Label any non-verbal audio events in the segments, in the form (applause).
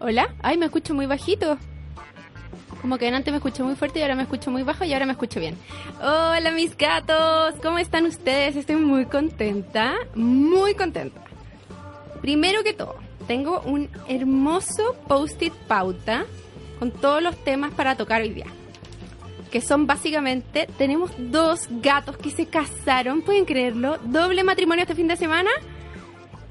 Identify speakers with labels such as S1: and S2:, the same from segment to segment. S1: Hola, ay, me escucho muy bajito. Como que antes me escuché muy fuerte y ahora me escucho muy bajo y ahora me escucho bien. Hola mis gatos, ¿cómo están ustedes? Estoy muy contenta, muy contenta. Primero que todo, tengo un hermoso post-it pauta con todos los temas para tocar hoy día. Que son básicamente, tenemos dos gatos que se casaron, pueden creerlo, doble matrimonio este fin de semana.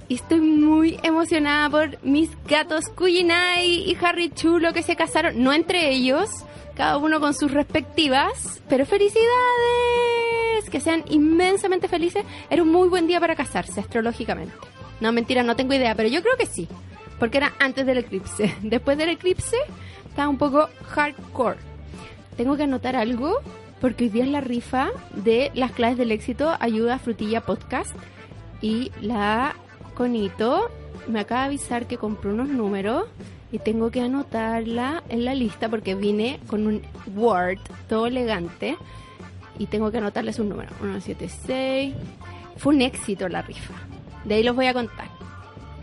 S1: Y estoy muy emocionada por mis gatos Kuyinai y Harry Chulo que se casaron, no entre ellos, cada uno con sus respectivas, pero felicidades, que sean inmensamente felices. Era un muy buen día para casarse astrológicamente. No, mentira, no tengo idea, pero yo creo que sí, porque era antes del eclipse. (laughs) Después del eclipse estaba un poco hardcore. Tengo que anotar algo, porque hoy día es la rifa de las claves del éxito, ayuda frutilla podcast. Y la Conito me acaba de avisar que compró unos números y tengo que anotarla en la lista porque vine con un Word todo elegante y tengo que anotarle sus números. 176. Fue un éxito la rifa. De ahí los voy a contar.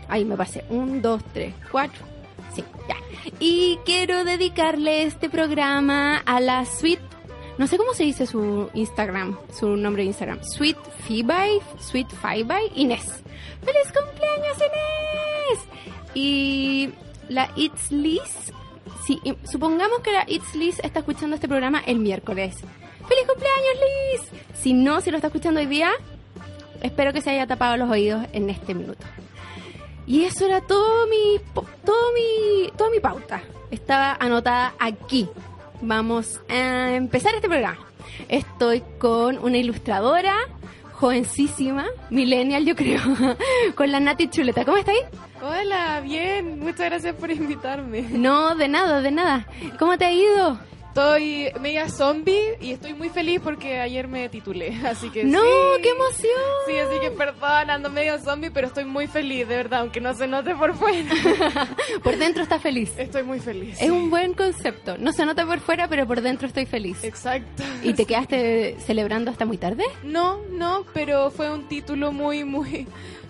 S1: Ahí me pasé. 1, 2, 3, 4. Sí, ya. Y quiero dedicarle este programa a la suite. No sé cómo se dice su Instagram, su nombre de Instagram. Sweet Fibay, Sweet Fibay, Inés. ¡Feliz cumpleaños, Inés! Y la It's Liz, si, y- supongamos que la It's Liz está escuchando este programa el miércoles. ¡Feliz cumpleaños, Liz! Si no, si lo está escuchando hoy día, espero que se haya tapado los oídos en este minuto. Y eso era todo mi, po- todo mi, toda mi pauta. Estaba anotada aquí. Vamos a empezar este programa. Estoy con una ilustradora, jovencísima, millennial yo creo, (laughs) con la Nati Chuleta. ¿Cómo estáis?
S2: Hola, bien, muchas gracias por invitarme.
S1: No, de nada, de nada. ¿Cómo te ha ido?
S2: Estoy media zombie y estoy muy feliz porque ayer me titulé, así que
S1: no,
S2: sí.
S1: qué emoción.
S2: Sí, así que perdón, ando medio zombie, pero estoy muy feliz, de verdad, aunque no se note por fuera.
S1: (laughs) Por dentro está feliz.
S2: Estoy muy feliz.
S1: Es un buen concepto. No se nota por fuera, pero por dentro estoy feliz.
S2: Eh, Exacto.
S1: ¿Y te quedaste celebrando hasta muy
S2: (laughs)
S1: tarde?
S2: No, no, pero fue un título muy, muy,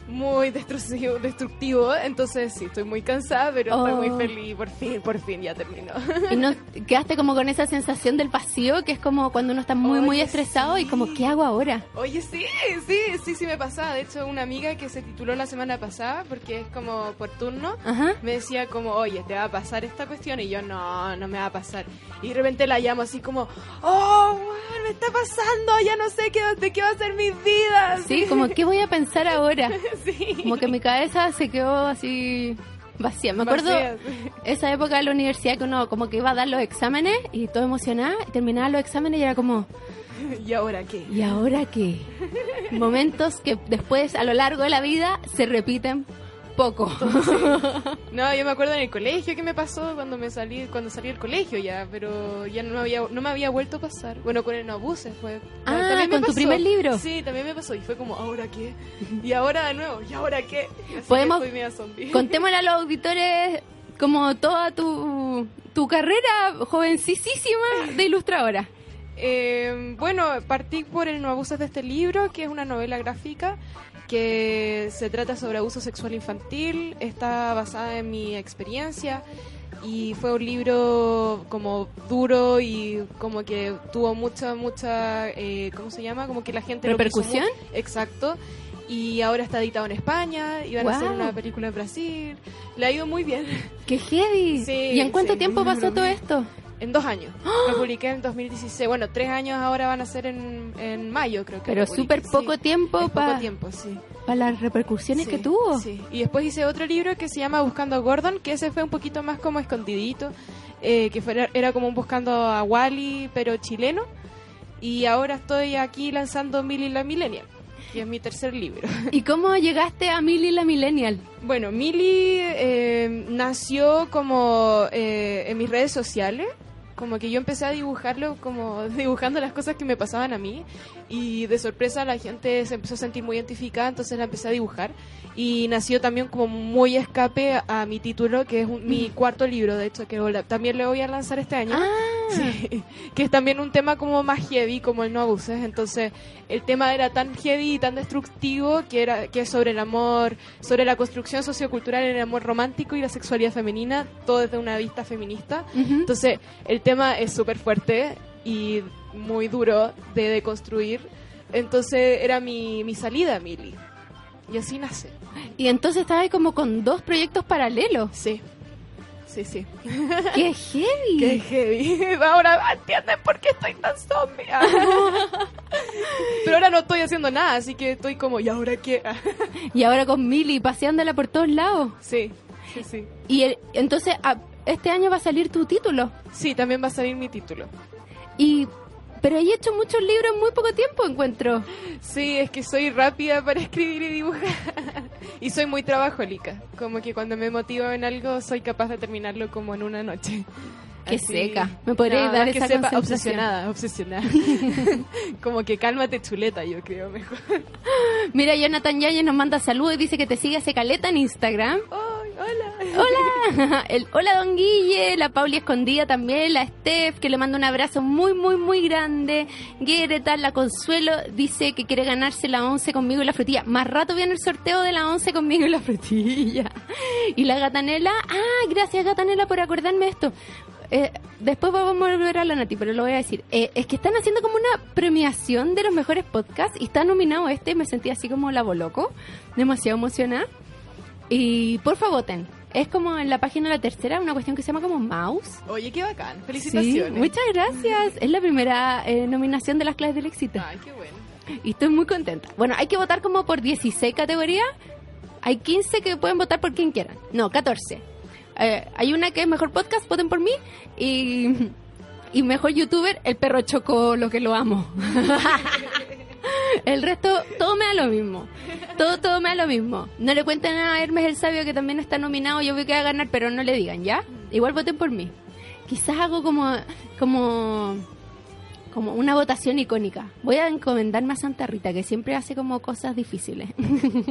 S2: muy destructivo, destructivo. Entonces sí, estoy muy cansada, pero
S1: Oh.
S2: estoy muy feliz. Por fin, por fin, ya terminó.
S1: Y no quedaste como con esa sensación del vacío, que es como cuando uno está muy, muy
S2: Oye,
S1: estresado y
S2: sí.
S1: como, ¿qué hago ahora?
S2: Oye, sí, sí, sí, sí me pasaba. De hecho, una amiga que se tituló la semana pasada, porque es como por turno,
S1: Ajá.
S2: me decía como, oye, te va a pasar esta cuestión y yo no, no me va a pasar. Y de repente la llamo así como, oh, weón, me está pasando, ya no sé qué, de qué va a ser mi vida.
S1: Sí, como, ¿qué voy a pensar ahora?
S2: (laughs) sí.
S1: Como que mi cabeza se quedó así vacía. Me acuerdo
S2: Vacías.
S1: esa época de la universidad que uno como que iba a dar los exámenes y todo emocionada, y terminaba los exámenes y era como,
S2: (laughs) ¿Y ahora qué?
S1: ¿y ahora
S2: (laughs)
S1: qué? Momentos que después a lo largo de la vida se repiten
S2: (laughs)
S1: poco.
S2: No, yo me acuerdo en el colegio que me pasó cuando me salí, cuando salí del colegio ya, pero ya no me había, no me había vuelto a pasar. Bueno, con el no abuse fue.
S1: Ah,
S2: también me
S1: con tu
S2: pasó.
S1: primer libro.
S2: Sí, también me pasó y fue como, ¿ahora qué? Y ahora de nuevo, ¿y ahora qué? Así que
S1: Podemos-
S2: estoy media zombie.
S1: Contémosle a los auditores como toda tu, tu carrera
S2: (laughs)
S1: jovencísima de ilustradora.
S2: Eh, bueno, partí por el No abuses de este libro, que es una novela gráfica que se trata sobre abuso sexual infantil, está basada en mi experiencia y fue un libro como duro y como que tuvo mucha, mucha, eh, ¿cómo se llama? Como que la gente... lo quiso
S1: ¿Repercusión?
S2: mu- Exacto. Y ahora está editado en España y van a hacer
S1: Guau.
S2: una película en Brasil. Le ha ido muy bien.
S1: ¡Qué heavy!
S2: Sí,
S1: ¿Y en cuánto
S2: sí,
S1: tiempo
S2: no me
S1: pasó todo
S2: bromeo.
S1: esto?
S2: En dos años.
S1: ¡Ah!
S2: Lo publiqué en 2016. Bueno, tres años ahora van a ser en, en mayo, creo que.
S1: Pero
S2: lo publiqué,
S1: súper
S2: sí.
S1: poco tiempo
S2: Es
S1: para
S2: poco tiempo, sí.
S1: las repercusiones
S2: Sí,
S1: que tuvo.
S2: Sí. Y después hice otro libro que se llama Buscando a Gordon, que ese fue un poquito más como escondidito, eh, que fuera, era como un buscando a Wally, pero chileno. Y ahora estoy aquí lanzando Millie la Millennial, que es mi tercer libro.
S1: ¿Y cómo llegaste a Millie la Millennial?
S2: Bueno, Mili eh, nació como eh, en mis redes sociales, como que yo empecé a dibujarlo, como (laughs) dibujando las cosas que me pasaban a mí, y de sorpresa la gente se empezó a sentir muy identificada, entonces la empecé a dibujar, y nació también como muy escape a mi título, que es un- mi cuarto libro, de hecho, que hola- también le voy a lanzar este
S1: Ah,
S2: año. Sí, (laughs) que es también un tema como más heavy, como el no abuses. Entonces, el tema era tan heavy y tan destructivo que era que es sobre el amor, sobre la construcción sociocultural, el amor romántico y la sexualidad femenina, todo desde una vista feminista.
S1: Ujú.
S2: Entonces, el tema es súper fuerte y muy duro de deconstruir. Entonces, era mi, mi salida, Mili. Y así nace.
S1: Y entonces estabas como con dos proyectos
S2: (laughs)
S1: paralelos.
S2: Sí. Sí, sí.
S1: ¡Qué heavy!
S2: Qué heavy. (laughs) Ahora ah, entienden por qué estoy tan zombie. Ah. (laughs) Pero ahora no estoy haciendo nada, así que estoy como, ¿y ahora qué? Ah,
S1: Y ahora con Millie paseándola por todos lados.
S2: Sí, sí, sí.
S1: Y el- entonces a- este año va a salir tu título.
S2: Sí, también va a salir mi título.
S1: Y pero he hecho muchos libros en muy poco tiempo, encuentro.
S2: Sí, es que soy rápida para (laughs) escribir y dibujar. Y soy muy trabajólica. Como que cuando me motivo en algo, soy capaz de terminarlo como en una noche.
S1: Qué seca. ¿Me podrías
S2: nada
S1: dar
S2: más que
S1: esa
S2: sepa,
S1: concentración?
S2: obsesionada, obsesionada. (laughs) como que cálmate chuleta, yo creo mejor. (laughs)
S1: Mira, Jonathan Yaya nos manda saludos y dice que te sigue hace caleta en Instagram.
S2: Ay, hola!
S1: ¡Hola! (laughs) El hola, don Guille, la Pauli escondida también, la Steph, que le manda un abrazo muy, muy, muy grande. Guereta, la Consuelo, dice que quiere ganarse la 11 conmigo y la frutilla. Más rato viene el sorteo de la 11 conmigo y la frutilla. (laughs) Y la Gatanela, ¡ah! Gracias, Gatanela, por acordarme de esto. Eh, después vamos a volver a la Nati, pero lo voy a decir. Eh, es que están haciendo como una premiación de los mejores podcasts y está nominado este. Me sentí así como la boloco, demasiado emocionada. Y por favor, voten. Es como en la página La Tercera, una cuestión que se llama como Mouse.
S2: Oye, qué bacán.
S1: Sí,
S2: Felicitaciones.
S1: muchas gracias. Es la primera eh, nominación de las clases del éxito.
S2: Ay, qué bueno.
S1: Y estoy muy contenta. Bueno, hay que votar como por 16 categorías. Hay 15 que pueden votar por quien quieran. No, 14. Eh, hay una que es mejor podcast, voten por mí. Y, y mejor youtuber, el perro Choco, lo que lo amo. (laughs) el resto, todo me da lo mismo. Todo, todo me da lo mismo. No le cuenten a Hermes el Sabio, que también está nominado. Yo vi que va a ganar, pero no le digan, ¿ya? Igual voten por mí. Quizás hago como, como como una votación icónica. Voy a encomendarme a Santa Rita, que siempre hace como cosas difíciles.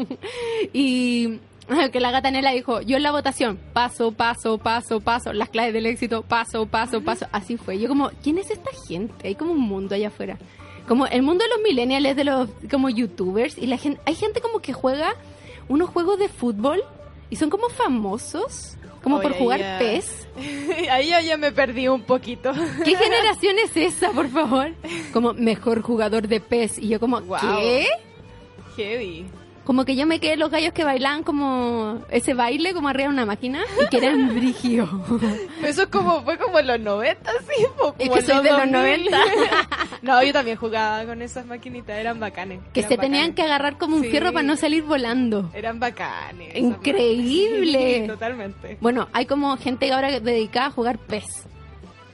S1: (laughs) y ah, que la gata Nela dijo, yo en la votación, paso, paso, paso, paso, las claves del éxito, paso, paso, paso. Así fue. Yo como, ¿quién es esta gente? Hay como un mundo allá afuera. Como el mundo de los millennials, es de los como youtubers, y la gente, hay gente como que juega unos juegos de fútbol y son como famosos, como
S2: Oye,
S1: por jugar
S2: ya.
S1: PES.
S2: (laughs) Ahí yo ya me perdí un
S1: (laughs)
S2: poquito.
S1: ¿Qué generación es esa, por favor? Como mejor jugador de pez. Y yo como,
S2: Guau.
S1: ¿qué?
S2: Heavy.
S1: Como que yo me quedé los gallos que bailan como ese baile como arriba de una máquina y que
S2: (laughs)
S1: eran brigio.
S2: Eso es como, fue como en los 90, sí. fue
S1: Es
S2: como
S1: que
S2: en
S1: soy de los
S2: 2000.
S1: 90.
S2: (laughs) no, yo también jugaba con esas maquinitas, eran bacanes.
S1: Que
S2: eran
S1: se tenían que
S2: bacanes.
S1: agarrar como un
S2: Sí.
S1: fierro para no salir volando.
S2: Eran bacanes. esas (laughs)
S1: Increíble.
S2: maquinitas. Totalmente.
S1: Bueno, hay como gente ahora dedicada a jugar pez.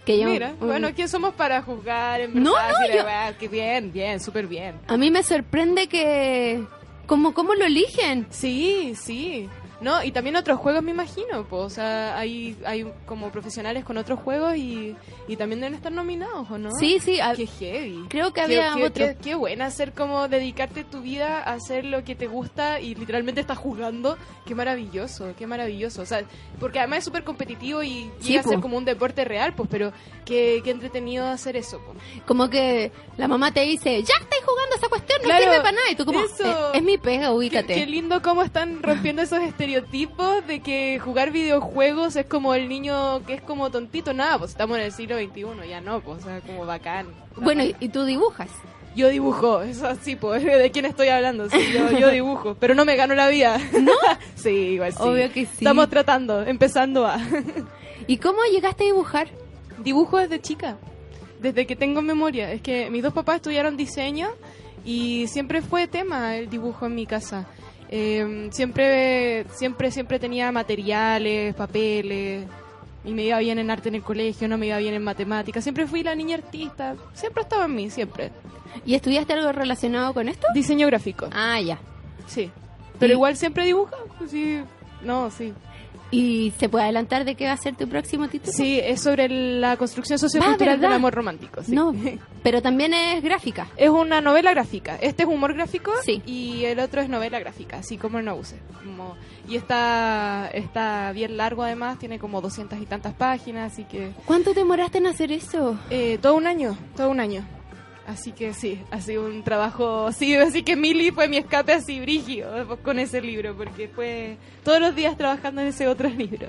S1: Que yo,
S2: Mira,
S1: mm,
S2: bueno, ¿quién somos para juzgar? En
S1: No,
S2: verdad,
S1: no,
S2: si la
S1: yo-
S2: verdad, que bien, bien, súper bien.
S1: A mí me sorprende que... Como, ¿Cómo lo eligen?
S2: Sí, sí. No, y también otros juegos me imagino, pues, o sea, hay, hay como profesionales con otros juegos y, y también deben estar nominados, ¿o no?
S1: Sí, sí. a-
S2: Qué heavy.
S1: creo que
S2: Qué-
S1: Ah, había
S2: qué,
S1: otro.
S2: Qué, qué buena hacer como dedicarte tu vida a hacer lo que te gusta y literalmente estás jugando. Qué maravilloso, qué maravilloso. O sea, porque además es súper competitivo y
S1: Sí,
S2: llega a ser
S1: po.
S2: como un deporte real, pues, pero qué, qué entretenido hacer eso. po.
S1: Como que la mamá te dice, ya estáis jugando esa cuestión, no
S2: Claro,
S1: sirve para nada. Y tú como,
S2: eso.
S1: "Eh, es mi pega,
S2: Qué,
S1: ubícate.
S2: qué lindo cómo están rompiendo esos estereotipos de que jugar videojuegos es como el niño que es como tontito. Nada, pues estamos en el siglo XXI, ya no, pues, o sea, como bacán.
S1: Bueno, y, y tú dibujas.
S2: Yo dibujo, eso así, pues, (laughs) de quién estoy hablando, sí, yo, yo dibujo, pero no me gano la vida. ¿No? (laughs) sí, igual sí.
S1: Obvio que sí.
S2: Estamos tratando, empezando a...
S1: ¿Y cómo llegaste a dibujar?
S2: (laughs) Dibujo desde chica, desde que tengo memoria. Es que mis dos papás estudiaron diseño y siempre fue tema el dibujo en mi casa. Eh, siempre, siempre, siempre tenía materiales, papeles. Y me iba bien en arte en el colegio, no me iba bien en matemáticas. Siempre fui la niña artista. Siempre estaba en mí, siempre.
S1: ¿Y estudiaste algo relacionado con esto?
S2: Diseño gráfico.
S1: Ah, ya.
S2: Sí. Pero
S1: Y-
S2: igual siempre dibuja. pues Sí. No, sí.
S1: ¿Y se puede adelantar de qué va a ser tu próximo título?
S2: Sí, es sobre la construcción sociocultural
S1: ¿verdad?
S2: del amor romántico. sí.
S1: No, pero también es gráfica.
S2: Es una novela gráfica. Este es humor gráfico
S1: Sí.
S2: y el otro es novela gráfica, así como el Nobuse. Como... Y está, está bien largo además, tiene como doscientas y tantas páginas, así que...
S1: ¿Cuánto te demoraste en hacer eso?
S2: eh, todo un año, todo un año. Así que sí, ha sido un trabajo, sí, así que Mili fue mi escape así brígido pues, con ese libro, porque fue todos los días trabajando en ese otro (laughs) libro.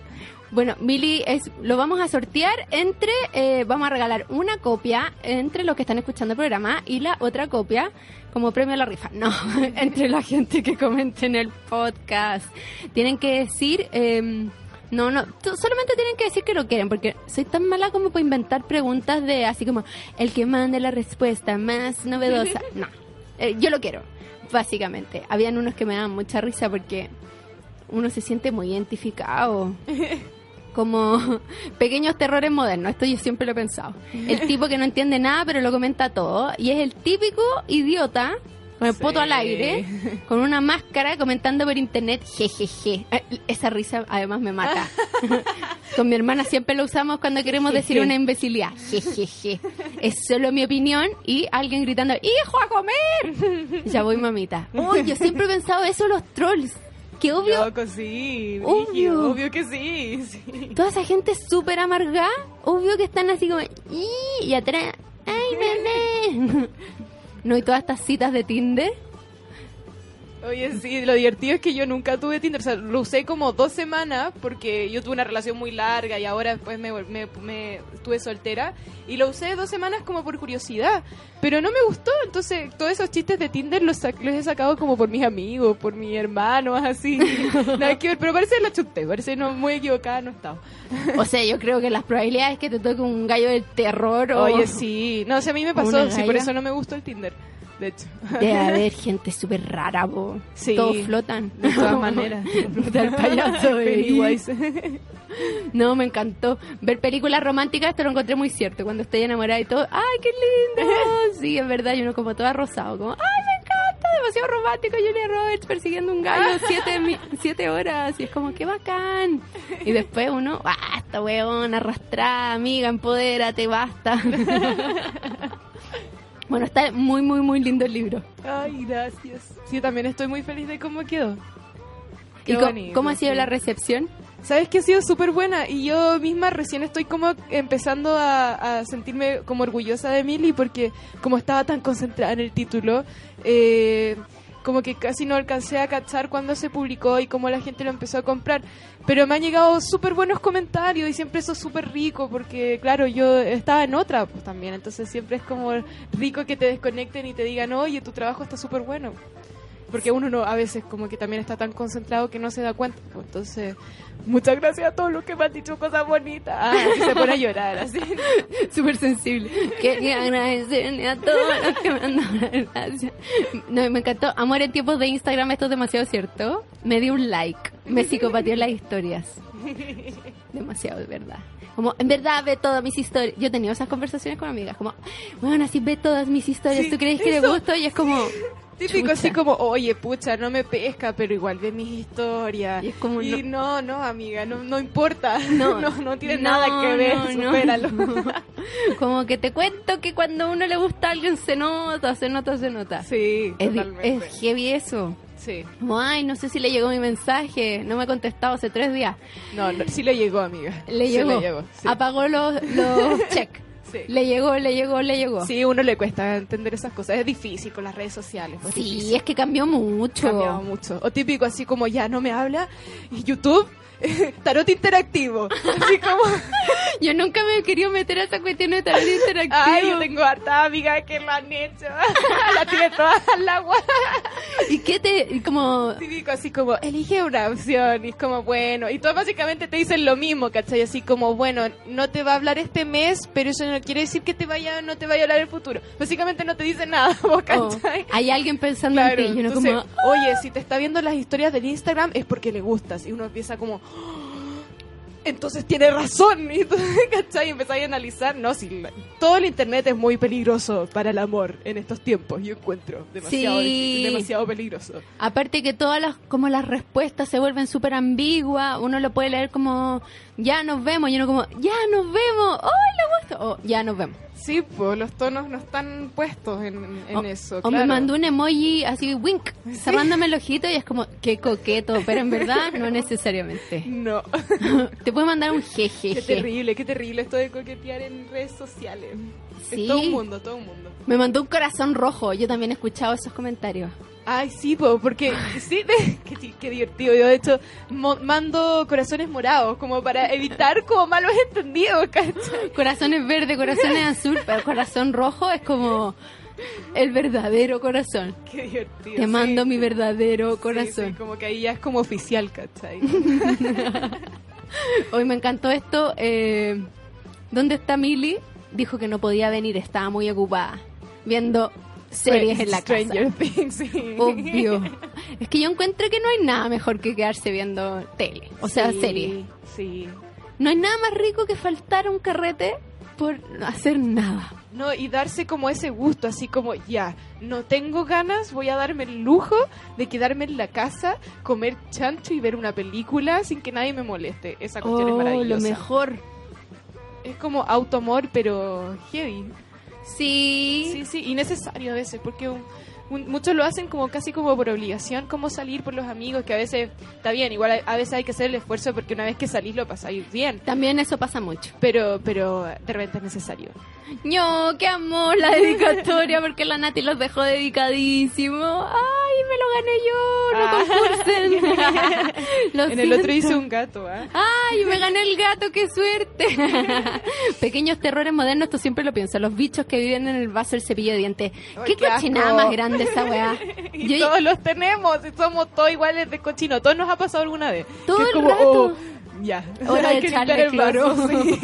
S1: Bueno, Mili, es, lo vamos a sortear entre, eh, vamos a regalar una copia entre los que están escuchando el programa y la otra copia como premio a la rifa. No, (laughs) entre la gente que comente en el podcast. Tienen que decir, eh, no, no, tú- solamente tienen que decir que lo quieren, porque soy tan mala como para inventar preguntas de así como, el que mande la respuesta más novedosa. No, eh, yo lo quiero, básicamente. Habían unos que me daban mucha risa porque uno se siente muy identificado. Como (laughs) pequeños terrores modernos, esto yo siempre lo he pensado. El tipo que no entiende nada pero lo comenta todo y es el típico idiota con el poto
S2: Sí.
S1: al aire, con una máscara comentando por internet, jejeje. Eh, Esa risa además me mata. Con mi hermana siempre lo usamos cuando queremos decir una imbecilidad. Jejeje. Es solo mi opinión y alguien gritando, ¡Hijo a comer! Ya voy, mamita. Uy, yo siempre he pensado eso los trolls. Que obvio,
S2: Loco, sí,
S1: Obvio.
S2: brígido, obvio que sí, (laughs) sí.
S1: toda esa gente súper amargada, obvio que están así como, "Y", y atrás, ¡ay, bebé! No, y todas estas citas de Tinder.
S2: Oye, sí, lo divertido es que yo nunca tuve Tinder. O sea, lo usé como dos semanas porque yo tuve una relación muy larga y ahora después me, vol- me, me estuve soltera. Y lo usé dos semanas como por curiosidad. Pero no me gustó. Entonces, todos esos chistes de Tinder los, sac- los he sacado como por mis amigos, por mis hermanos,
S1: (laughs)
S2: así. Nada que ver. Pero parece la chuté, parece no, muy equivocada, no estaba.
S1: O sea, yo creo que las probabilidades que te toque un gallo del terror o...
S2: Oye, sí. No, o sea, a mí me
S1: Una
S2: pasó. Sí, por
S1: galla.
S2: eso no me gustó el Tinder. De hecho. (laughs)
S1: Debe haber gente súper rara, po.
S2: Sí.
S1: Todos flotan.
S2: De
S1: (laughs)
S2: todas maneras.
S1: Del payaso
S2: (laughs)
S1: de
S2: Pennywise.
S1: No, me encantó. Ver películas románticas, esto lo encontré muy cierto. Cuando estoy enamorada y todo, ¡ay, qué
S2: (laughs)
S1: lindo! Sí, es verdad, y uno como todo rosado, como, ¡ay, me encanta! Demasiado romántico, Julia Roberts persiguiendo un gallo
S2: (laughs)
S1: siete, mi- siete horas. Y es como, ¡qué bacán! Y después uno, ¡basta, weón! Arrastrada, amiga, empodérate, basta.
S2: (laughs)
S1: (laughs) bueno, está muy, muy, muy lindo el libro.
S2: Ay, gracias. Sí, también estoy muy feliz de cómo quedó. Qué
S1: ¿Y co-
S2: bonito,
S1: cómo ha sido
S2: sí.
S1: la
S2: (laughs)
S1: recepción?
S2: Sabes que ha sido súper buena y yo misma recién estoy como empezando a, a sentirme como orgullosa de Mili porque como estaba tan concentrada en el título, eh, como que casi no alcancé a cachar cuando se publicó y cómo la gente lo empezó a comprar. Pero me han llegado súper buenos comentarios y siempre eso es súper rico porque, claro, yo estaba en otra pues, también, entonces siempre es como rico que te desconecten y te digan, oye, tu trabajo está súper bueno. Porque uno no, a veces como que también está tan concentrado que no se da cuenta. pues, entonces, muchas gracias a todos los que me han dicho cosas bonitas. Ah, que se pone a llorar así.
S1: Súper sensible. Quería agradecerle a todos los que me han dado gracias. No, me encantó. Amor en tiempos de Instagram, esto es demasiado cierto. Me dio un like. Me psicopatió las historias. Demasiado, de verdad. Como, en verdad, ve todas mis historias. Yo he tenido esas conversaciones con amigas. Como, bueno, así ve todas mis historias.
S2: Sí,
S1: ¿Tú crees que le
S2: eso.
S1: gusto? Y es como,
S2: (laughs) Típico
S1: Chucha.
S2: así como, oye, pucha, no me pesca, pero igual ve mis historias.
S1: Y es como,
S2: Y no, no, amiga, no, no importa.
S1: No.
S2: (laughs) No, no, tiene
S1: No,
S2: nada que ver,
S1: no, no.
S2: supéralo. (laughs)
S1: (laughs) como que te cuento que cuando a uno le gusta a alguien se nota, se nota, se nota.
S2: Sí,
S1: es, di-
S2: totalmente.
S1: es heavy eso.
S2: Sí.
S1: Como, ay, no sé si le llegó mi mensaje, no me ha contestado hace tres días.
S2: No, no, sí le llegó, amiga.
S1: Le
S2: Sí
S1: llegó.
S2: le llegó. sí. (laughs)
S1: Apagó los, los check.
S2: Sí.
S1: Le llegó, le llegó, le llegó.
S2: Sí, uno le cuesta entender esas cosas. Es difícil con las redes sociales. pues,
S1: Sí,
S2: difícil.
S1: es que cambió mucho.
S2: Cambiado mucho. O típico, así como ya no me habla. Y YouTube, (laughs) tarot interactivo. Así como,
S1: Yo nunca me he querido meter a esa cuestión de tarot interactivo.
S2: (laughs) ay, yo tengo harta amiga que lo han hecho. (laughs) La tiene toda al agua.
S1: ¿Y qué te...? y como...
S2: Típico, así como, elige una opción. Y es como, bueno. Y todos básicamente te dicen lo mismo, ¿cachai? Así como, bueno, no te va a hablar este mes, pero eso no quiere decir que te vaya, no te vaya a hablar en el futuro. Básicamente no te dice nada, (laughs) vos,
S1: oh,
S2: ¿cachai?
S1: hay alguien pensando
S2: Claro,
S1: en ti. Y uno
S2: entonces,
S1: como...
S2: oye, si te está viendo las historias del Instagram es porque le gustas. Y uno empieza como, "Oh, entonces tiene razón. (laughs) Y tú, ¿cachai? Y empezáis a analizar. No, si la- todo el internet es muy peligroso para el amor en estos tiempos. Yo encuentro demasiado,
S1: Sí.
S2: difícil, demasiado peligroso.
S1: Aparte que todas las, como las respuestas se vuelven súper ambiguas, uno lo puede leer como, ya nos vemos, y uno como, ya nos vemos, hola, gusto, o ya nos vemos.
S2: Sí, pues los tonos no están puestos en, en
S1: o,
S2: eso.
S1: o
S2: claro.
S1: me mandó un emoji así, wink, cerrándome el ojito y es como, qué coqueto, pero en
S2: (laughs)
S1: verdad no necesariamente.
S2: No, (laughs)
S1: Te puede mandar un
S2: qué
S1: jejeje.
S2: terrible, qué terrible esto de coquetear en redes sociales.
S1: Sí.
S2: Es todo un mundo, todo un mundo.
S1: Me mandó un corazón rojo, yo también he escuchado esos comentarios.
S2: Ay, sí, po, porque sí, de- (laughs) qué, chi- qué divertido. Yo, de hecho, mo- mando corazones morados como
S1: (laughs)
S2: para evitar como malos entendidos, ¿cachai?
S1: Corazones verdes, corazones azul, pero corazón rojo es como el verdadero corazón.
S2: Qué divertido.
S1: Te
S2: sí.
S1: mando mi verdadero
S2: Sí,
S1: corazón.
S2: sí, como que ahí ya es como oficial, ¿cachai?
S1: Hoy me encantó esto. eh, ¿Dónde está Mili? Dijo que no podía venir, estaba muy ocupada viendo (laughs) series en la casa.
S2: Stranger Things, sí. (laughs)
S1: Obvio. Es que yo encuentro que no hay nada mejor que quedarse viendo tele, o sea,
S2: Sí,
S1: series.
S2: Sí.
S1: No hay nada más rico que faltar a un carrete por hacer nada.
S2: No, y darse como ese gusto, así como ya, no tengo ganas, voy a darme el lujo de quedarme en la casa, comer chancho y ver una película sin que nadie me moleste. Esa cuestión es
S1: Oh,
S2: maravillosa.
S1: lo mejor.
S2: Es como autoamor, pero heavy.
S1: Sí.
S2: Sí, sí, y necesario a veces, porque un- un- muchos lo hacen como casi como por obligación, como salir por los amigos, que a veces está bien, igual a, a veces hay que hacer el esfuerzo porque una vez que salís lo pasáis bien.
S1: También eso pasa mucho.
S2: Pero, pero de repente es necesario.
S1: No, qué amor la
S2: (laughs)
S1: dedicatoria porque la Nati los dejó dedicadísimo. Ay, me lo gané yo, no
S2: Ah. (laughs)
S1: concursen. Lo
S2: en el otro
S1: siento.
S2: hice un gato, ¿ah?
S1: Ay, me gané el gato, qué suerte. (laughs) Pequeños terrores modernos, esto siempre lo pienso. Los bichos que viven en el vaso del cepillo de dientes.
S2: Ay,
S1: qué,
S2: qué
S1: cochinada
S2: asco.
S1: más grande esa weá.
S2: (laughs) Y
S1: Yo-
S2: todos los tenemos, y somos todos iguales de cochino. Todos nos ha pasado alguna vez.
S1: Todo
S2: Que es
S1: el
S2: como,
S1: rato.
S2: oh, ya, (laughs)
S1: Hora de
S2: hay que limpiar
S1: echarle
S2: el vaso,
S1: cloro.
S2: sí.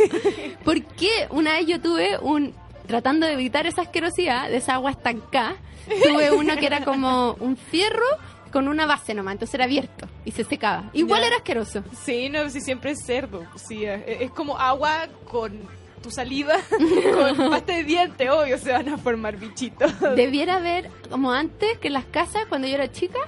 S1: ¿Por qué una vez yo tuve un... Tratando de evitar esa asquerosidad de esa agua estancada, tuve uno que era como un fierro con una base nomás, entonces era abierto y se secaba. Igual
S2: Ya.
S1: era asqueroso.
S2: Sí, no, si siempre es cerdo. Sí, eh, es, como agua con tu saliva, (laughs) con pasta de diente, obvio, se van a
S1: (laughs)
S2: formar bichitos.
S1: Debiera haber, como antes, que las casas, cuando yo era chica,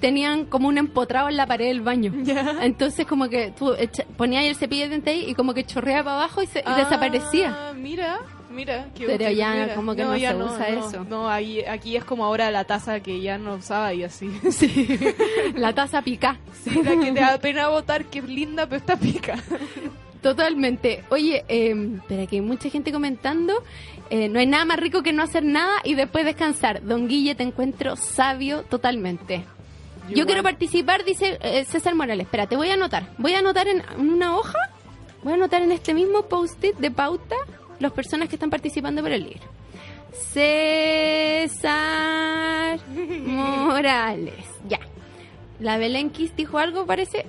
S1: tenían como un empotrado en la pared del baño.
S2: Ya.
S1: Entonces como que tú echa- ponías el cepillo de dientes ahí y como que chorreaba para abajo y, se, y
S2: Ah,
S1: desaparecía.
S2: Mira, mira. qué
S1: Pero
S2: útil,
S1: ya como que no
S2: ya
S1: se usa
S2: no.
S1: eso.
S2: No, ahí, aquí es como ahora la taza que ya no usaba
S1: (laughs)
S2: y así.
S1: La taza pica.
S2: (laughs) Sí, la que te da pena botar, que es linda, pero está pica.
S1: Totalmente. Oye, eh, pero aquí hay mucha gente comentando. eh, no hay nada más rico que no hacer nada y después descansar. Don Guille, te encuentro sabio totalmente. Yo, quiero participar, dice eh, César Morales. Espera, te voy a anotar. Voy a anotar en, en una hoja, voy a anotar en este mismo post-it de pauta las personas que están participando por el libro. César Morales. Ya. La Belén Kiss dijo algo, parece.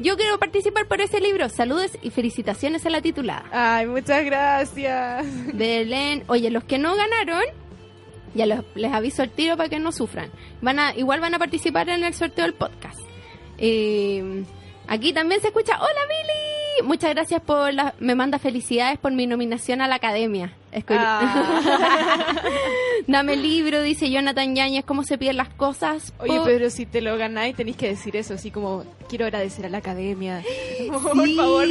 S1: Yo quiero participar por ese libro. Saludos y felicitaciones a la titulada.
S2: Ay, muchas gracias.
S1: Belén, oye, los que no ganaron, ya los- les aviso el tiro para que no sufran. Van a, igual van a participar en el sorteo del podcast. Eh, aquí también se escucha, hola Mili, muchas gracias por la, me manda felicidades por mi nominación a la academia. Escu-
S2: Ah.
S1: (laughs) Dame el libro, dice Jonathan Yáñez, cómo se piden las cosas. Oh,
S2: Oye,
S1: Po-
S2: pero si te lo ganáis tenéis que decir eso, así como quiero agradecer a la academia.
S1: Sí.
S2: (laughs) Por favor.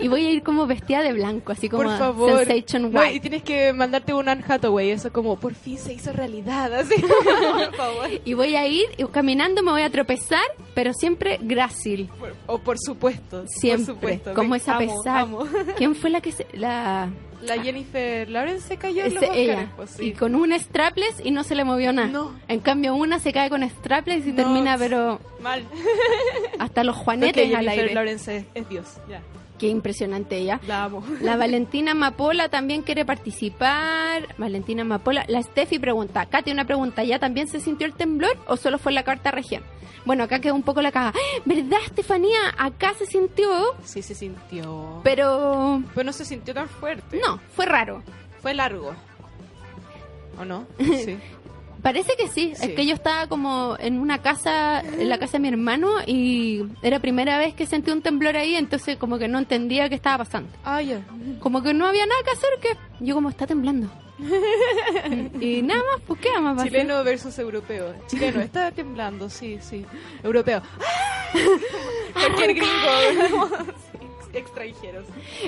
S1: Y voy a ir como vestida de blanco, así como
S2: Por favor.
S1: Sensation
S2: No,
S1: White.
S2: y tienes que mandarte un Anne Hathaway, eso como, por fin se hizo realidad,
S1: (laughs)
S2: así. por favor.
S1: Y voy a ir y caminando, me voy a tropezar, pero siempre grácil.
S2: Por- o por supuesto.
S1: Siempre,
S2: Por supuesto.
S1: como
S2: Me-
S1: esa
S2: amo,
S1: pesada.
S2: amo.
S1: ¿Quién fue la que se, la
S2: La Jennifer Lawrence se cayó en
S1: Es
S2: los Oscars,
S1: ella.
S2: pues, sí.
S1: Y con un strapless y no se le movió nada.
S2: No.
S1: En cambio, una se cae con strapless y
S2: No.
S1: termina, pero
S2: Mal.
S1: hasta los
S2: Porque
S1: juanetes al
S2: Jennifer
S1: aire.
S2: Lawrence es, es Dios. Ya,
S1: Qué impresionante ella.
S2: la amo.
S1: La Valentina Mapola también quiere participar. Valentina Mapola. La Steffi pregunta. Katy, una pregunta. ¿Ya también se sintió el temblor o solo fue en la carta región? Bueno, acá quedó un poco la caja. ¡Ah! ¿Verdad, Estefanía? Acá se sintió,
S2: Sí se sintió. Pero,
S1: pero...
S2: no se sintió tan fuerte.
S1: No, fue raro.
S2: Fue largo.
S1: (laughs)
S2: ¿O no? Sí.
S1: Parece que sí.
S2: Sí.
S1: Es que yo estaba como en una casa, en la casa de mi hermano, y era primera vez que sentí un temblor ahí, entonces como que no entendía qué estaba pasando.
S2: Ah, ya.
S1: Como que no había nada que hacer, que yo como está temblando. y nada más, pues qué más va a hacer?
S2: Chileno versus europeo. Chileno, está temblando, sí, sí. Europeo. (laughs) ¡Ah! Cualquier gringo. Sí, Extranjeros.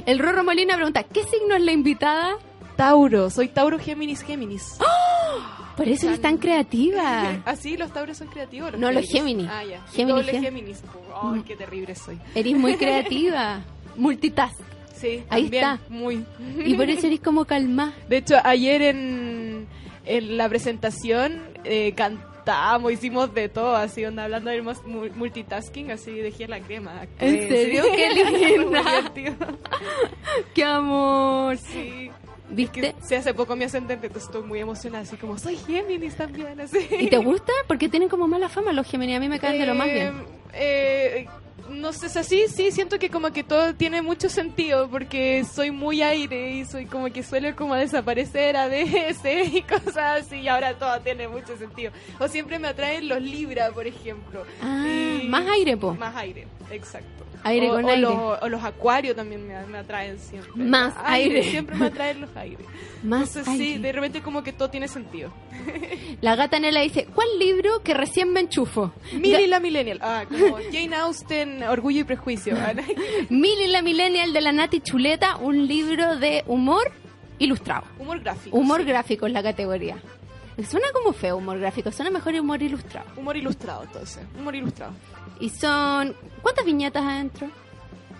S1: El Rorro Molina pregunta, ¿qué signo es la invitada?
S2: Tauro, soy Tauro Géminis Géminis.
S1: ¡Ah! Por eso eres tan
S2: (laughs)
S1: creativa.
S2: Así Ah, los Tauros son creativos.
S1: No, los Géminis.
S2: Ah, ya. Y
S1: Géminis,
S2: doble
S1: Gem-
S2: Géminis. Ay, qué terrible soy.
S1: Eres muy creativa. Multitask.
S2: Sí,
S1: Ahí
S2: también,
S1: está.
S2: Muy.
S1: Y por eso eres como calma.
S2: De hecho, ayer en, en la presentación eh, cantamos, hicimos de todo, así, onda, hablando de mul- multitasking, así dejé la crema. actué,
S1: ¿En serio? (laughs) ¡Qué linda!
S2: (laughs) Muy divertido.
S1: ¡Qué amor!
S2: Sí.
S1: ¿Viste?
S2: Sí, hace poco me ascendente, entonces estoy muy emocionada, así como, soy Géminis también, así.
S1: ¿Y te gusta? Porque tienen como mala fama los Gemini. A mí me caen de lo más bien.
S2: Eh, eh, no sé, es así, sí, siento que como que todo tiene mucho sentido porque soy muy aire y soy como que suelo como desaparecer a veces y cosas así y ahora todo tiene mucho sentido. O siempre me atraen los Libra, por ejemplo.
S1: Ah,
S2: Y-
S1: más aire, po.
S2: Más aire, exacto.
S1: Aire
S2: o,
S1: con
S2: o
S1: aire.
S2: Los, o los acuarios también me, me atraen siempre.
S1: Más aire.
S2: Siempre me atraen los aires.
S1: Más
S2: Entonces sí,
S1: aire.
S2: de repente como que todo tiene sentido.
S1: La gata Nela dice, ¿cuál libro que recién me enchufo?
S2: Milly la Millennial. Ah, como Jane Austen, Orgullo y Prejuicio. Ah,
S1: Mili la Millennial de la Nati Chuleta, un libro de humor ilustrado.
S2: Humor gráfico.
S1: Humor
S2: sí.
S1: gráfico es la categoría. Suena como feo humor gráfico, suena mejor humor ilustrado.
S2: Humor ilustrado, entonces. Humor ilustrado.
S1: Y son... ¿Cuántas viñetas adentro?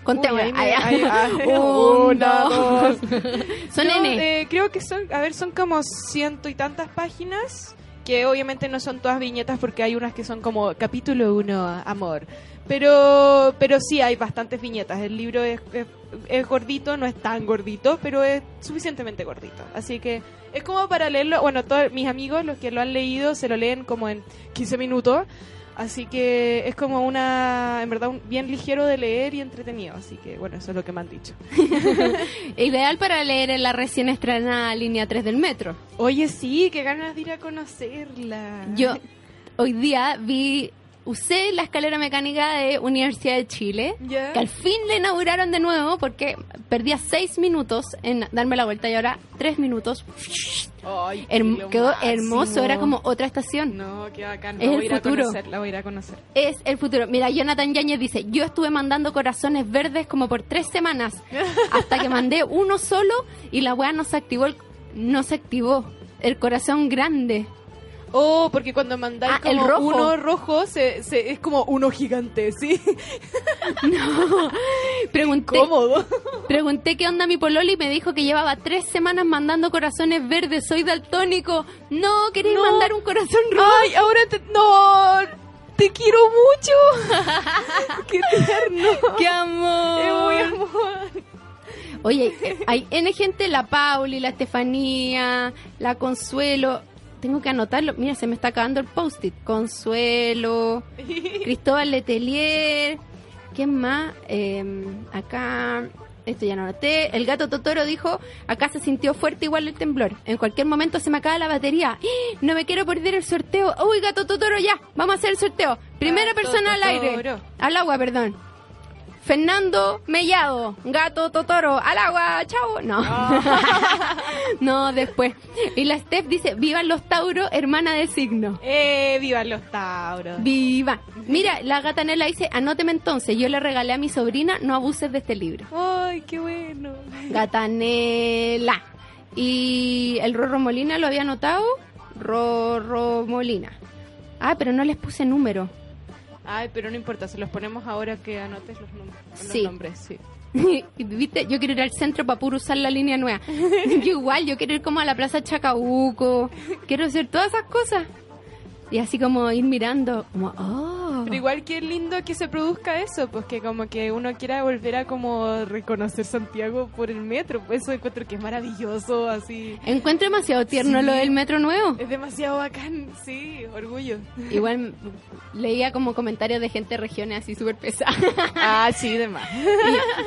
S1: Conté
S2: Uy,
S1: ahora.
S2: ahí me-
S1: Ay,
S2: ahí-
S1: (laughs) ah.
S2: ahí-
S1: Un,
S2: una,
S1: dos. Son
S2: Yo,
S1: N.
S2: eh, creo que son, a ver, son como ciento y tantas páginas, que obviamente no son todas viñetas porque hay unas que son como capítulo 1, amor. Pero, pero sí hay bastantes viñetas. El libro es, es, es gordito, no es tan gordito, pero es suficientemente gordito. Así que es como para leerlo. Bueno, todos mis amigos, los que lo han leído, se lo leen como en 15 minutos. Así que es como una, en verdad, un- bien ligero de leer y entretenido. Así que bueno, eso es lo que me han dicho.
S1: Ideal para leer en la recién estrenada línea 3 del metro.
S2: Oye, sí, qué ganas de ir a conocerla.
S1: Yo hoy día vi, usé la escalera mecánica de Universidad de Chile,
S2: (laughs) ¿Ya?
S1: que al fin la inauguraron de nuevo porque perdía seis minutos en darme la vuelta y ahora tres minutos.
S2: Ay,
S1: Herm-
S2: lo
S1: quedó
S2: máximo.
S1: hermoso, era como otra estación.
S2: No, qué bacán.
S1: Es
S2: La voy a
S1: el
S2: ir a
S1: futuro.
S2: conocer, la voy a ir a conocer.
S1: Es el futuro. Mira, Jonathan Yáñez dice, yo estuve mandando corazones verdes como por tres semanas, hasta que mandé uno solo y la weá no se activó, el- no se activó. El corazón grande.
S2: Oh, porque cuando mandáis
S1: Ah, el
S2: como
S1: rojo.
S2: uno rojo, se, se- es como uno gigante, ¿sí? (laughs)
S1: Pregunté,
S2: Cómodo.
S1: pregunté qué onda mi pololi y me dijo que llevaba tres semanas mandando corazones verdes. Soy daltónico. No, queréis
S2: No.
S1: mandar un corazón rojo.
S2: Ay, ahora te... ¡No! ¡Te quiero
S1: (laughs)
S2: mucho! ¡Qué tierno!
S1: ¡Qué amor!
S2: ¡Te voy, amor! (laughs)
S1: Oye, eh, hay N gente, la Pauli, la Estefanía, la Consuelo. Tengo que anotarlo. Mira, se me está acabando el post-it. Consuelo, Cristóbal Letelier. ¿Quién más? Eh, acá, esto ya no anoté. El gato Totoro dijo, acá se sintió fuerte igual el temblor. En cualquier momento se me acaba la batería. ¡Ah! No me quiero perder el sorteo. Uy, gato Totoro, ya. Vamos a hacer el sorteo. Primera
S2: Gato
S1: persona al aire.
S2: Totoro.
S1: Al agua, perdón. Fernando Mellado, gato Totoro, al agua, chao. No,
S2: Ah.
S1: (laughs) no, después. Y la Steph dice, vivan los Tauro, hermana de signo.
S2: ¡Eh! ¡Vivan los Tauros!
S1: Viva. Mira, la gata Nela dice, anóteme entonces, yo le regalé a mi sobrina, no abuses de este libro.
S2: ¡Ay, qué bueno!
S1: Gatanela. Y el Rorro Molina lo había anotado, Rorro Molina. Ah, pero no les puse número. (laughs)
S2: Ay, pero no importa, se los ponemos ahora que anotes los, nom- los
S1: Sí. Mm.
S2: nombres. Sí.
S1: ¿Viste? Yo quiero ir al centro para puro usar la línea nueva. (laughs) Yo igual, yo quiero ir como a la plaza Chacabuco. Quiero hacer todas esas cosas. Y así como ir mirando, como, oh.
S2: Pero igual qué lindo que se produzca eso, pues que como que uno quiera volver a como reconocer Santiago por el metro, pues eso encuentro que es maravilloso, así.
S1: Encuentro demasiado tierno
S2: Sí.
S1: lo del metro nuevo.
S2: Es demasiado bacán, sí,
S1: (laughs)
S2: orgullo.
S1: Igual leía como comentarios de gente de regiones así súper pesada. (laughs)
S2: Ah, sí, demás.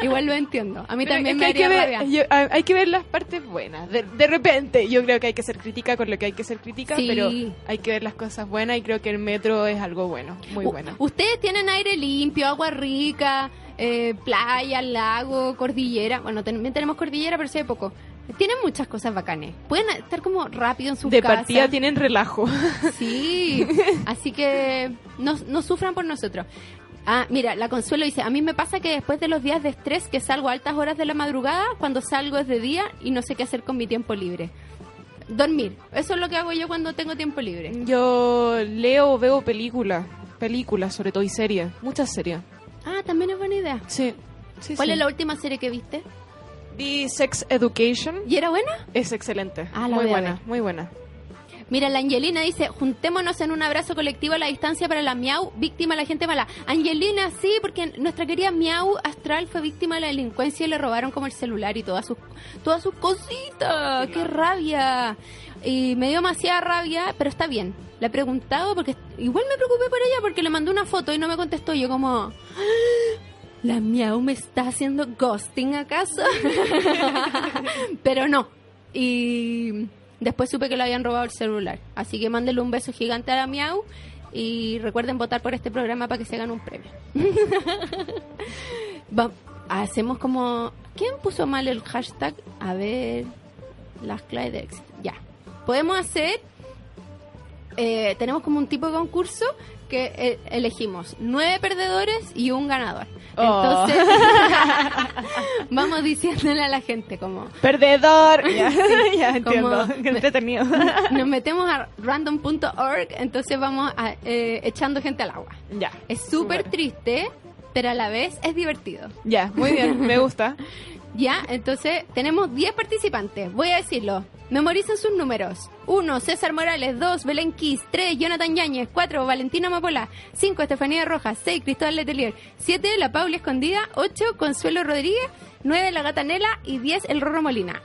S1: Igual lo entiendo. A mí
S2: Pero
S1: también
S2: es
S1: me
S2: que hay, que
S1: haría
S2: ver,
S1: rabia.
S2: yo- ah, hay hay que ver las partes buenas. De, de repente, yo creo que hay que ser crítica con lo que hay que ser crítica,
S1: Sí.
S2: pero hay que ver las cosas buenas y creo que el metro es algo bueno, muy
S1: U-
S2: bueno.
S1: Ustedes tienen aire limpio, agua rica, eh, playa, lago, cordillera. Bueno, también tenemos cordillera, pero sí hay poco. Tienen muchas cosas bacanes. Pueden estar como rápido en su
S2: De
S1: casa.
S2: partida tienen relajo.
S1: (laughs)
S2: (laughs)
S1: Sí, así que no, no sufran por nosotros. Ah, mira, la Consuelo dice, a mí me pasa que después de los días de estrés que salgo a altas horas de la madrugada, cuando salgo es de día y no sé qué hacer con mi tiempo libre. Dormir, eso es lo que hago yo cuando tengo tiempo libre.
S2: Yo leo, veo películas, películas sobre todo y series, muchas series.
S1: Ah, también es buena idea.
S2: Sí. sí,
S1: ¿Cuál
S2: sí.
S1: es la última serie que viste?
S2: The Sex Education
S1: ¿Y era buena?
S2: es excelente.
S1: Ah, la
S2: muy
S1: voy a
S2: buena,
S1: ver.
S2: muy buena.
S1: Mira, la Angelina dice, juntémonos en un abrazo colectivo a la distancia para la Miau, víctima de la gente mala. Angelina, sí, porque nuestra querida Miau Astral fue víctima de la delincuencia y le robaron como el celular y todas sus, todas sus cositas. ¡Qué rabia! Y me dio demasiada rabia, pero está bien. Le he preguntado porque igual me preocupé por ella porque le mandé una foto y no me contestó. Yo como... "Ah, ¿La miau me está haciendo ghosting acaso? Pero no. Y después supe que le habían robado el celular. Así que mándenle un beso gigante a la miau y recuerden votar por este programa para que se gane un premio. (laughs) Va- hacemos como... ¿Quién puso mal el hashtag? A ver... Las claves de éxito. Ya. Podemos hacer... eh, tenemos como un tipo de concurso que eh, elegimos nueve perdedores y un ganador.
S2: Oh.
S1: Entonces, (laughs) vamos diciéndole a la gente como
S2: Perdedor. (laughs) Ya,
S1: (laughs)
S2: ya
S1: como-
S2: entiendo.
S1: (laughs)
S2: Qué (laughs) entretenido.
S1: nos metemos a random.org, entonces vamos a, eh, echando gente al agua.
S2: ya.
S1: Es súper
S2: Súper.
S1: triste, pero a la vez es divertido.
S2: Ya, muy bien, me gusta.
S1: Ya, entonces tenemos 10 participantes. Voy a decirlo. Memoricen sus números. 1. César Morales. 2. Belén Kiss. 3. Jonathan Yáñez. 4. Valentina Mapola. 5. Estefanía Rojas. 6. Cristóbal Letelier. 7. La Paula Escondida. 8. Consuelo Rodríguez. 9. La Gata Nela. Y 10. El Rorro Molina.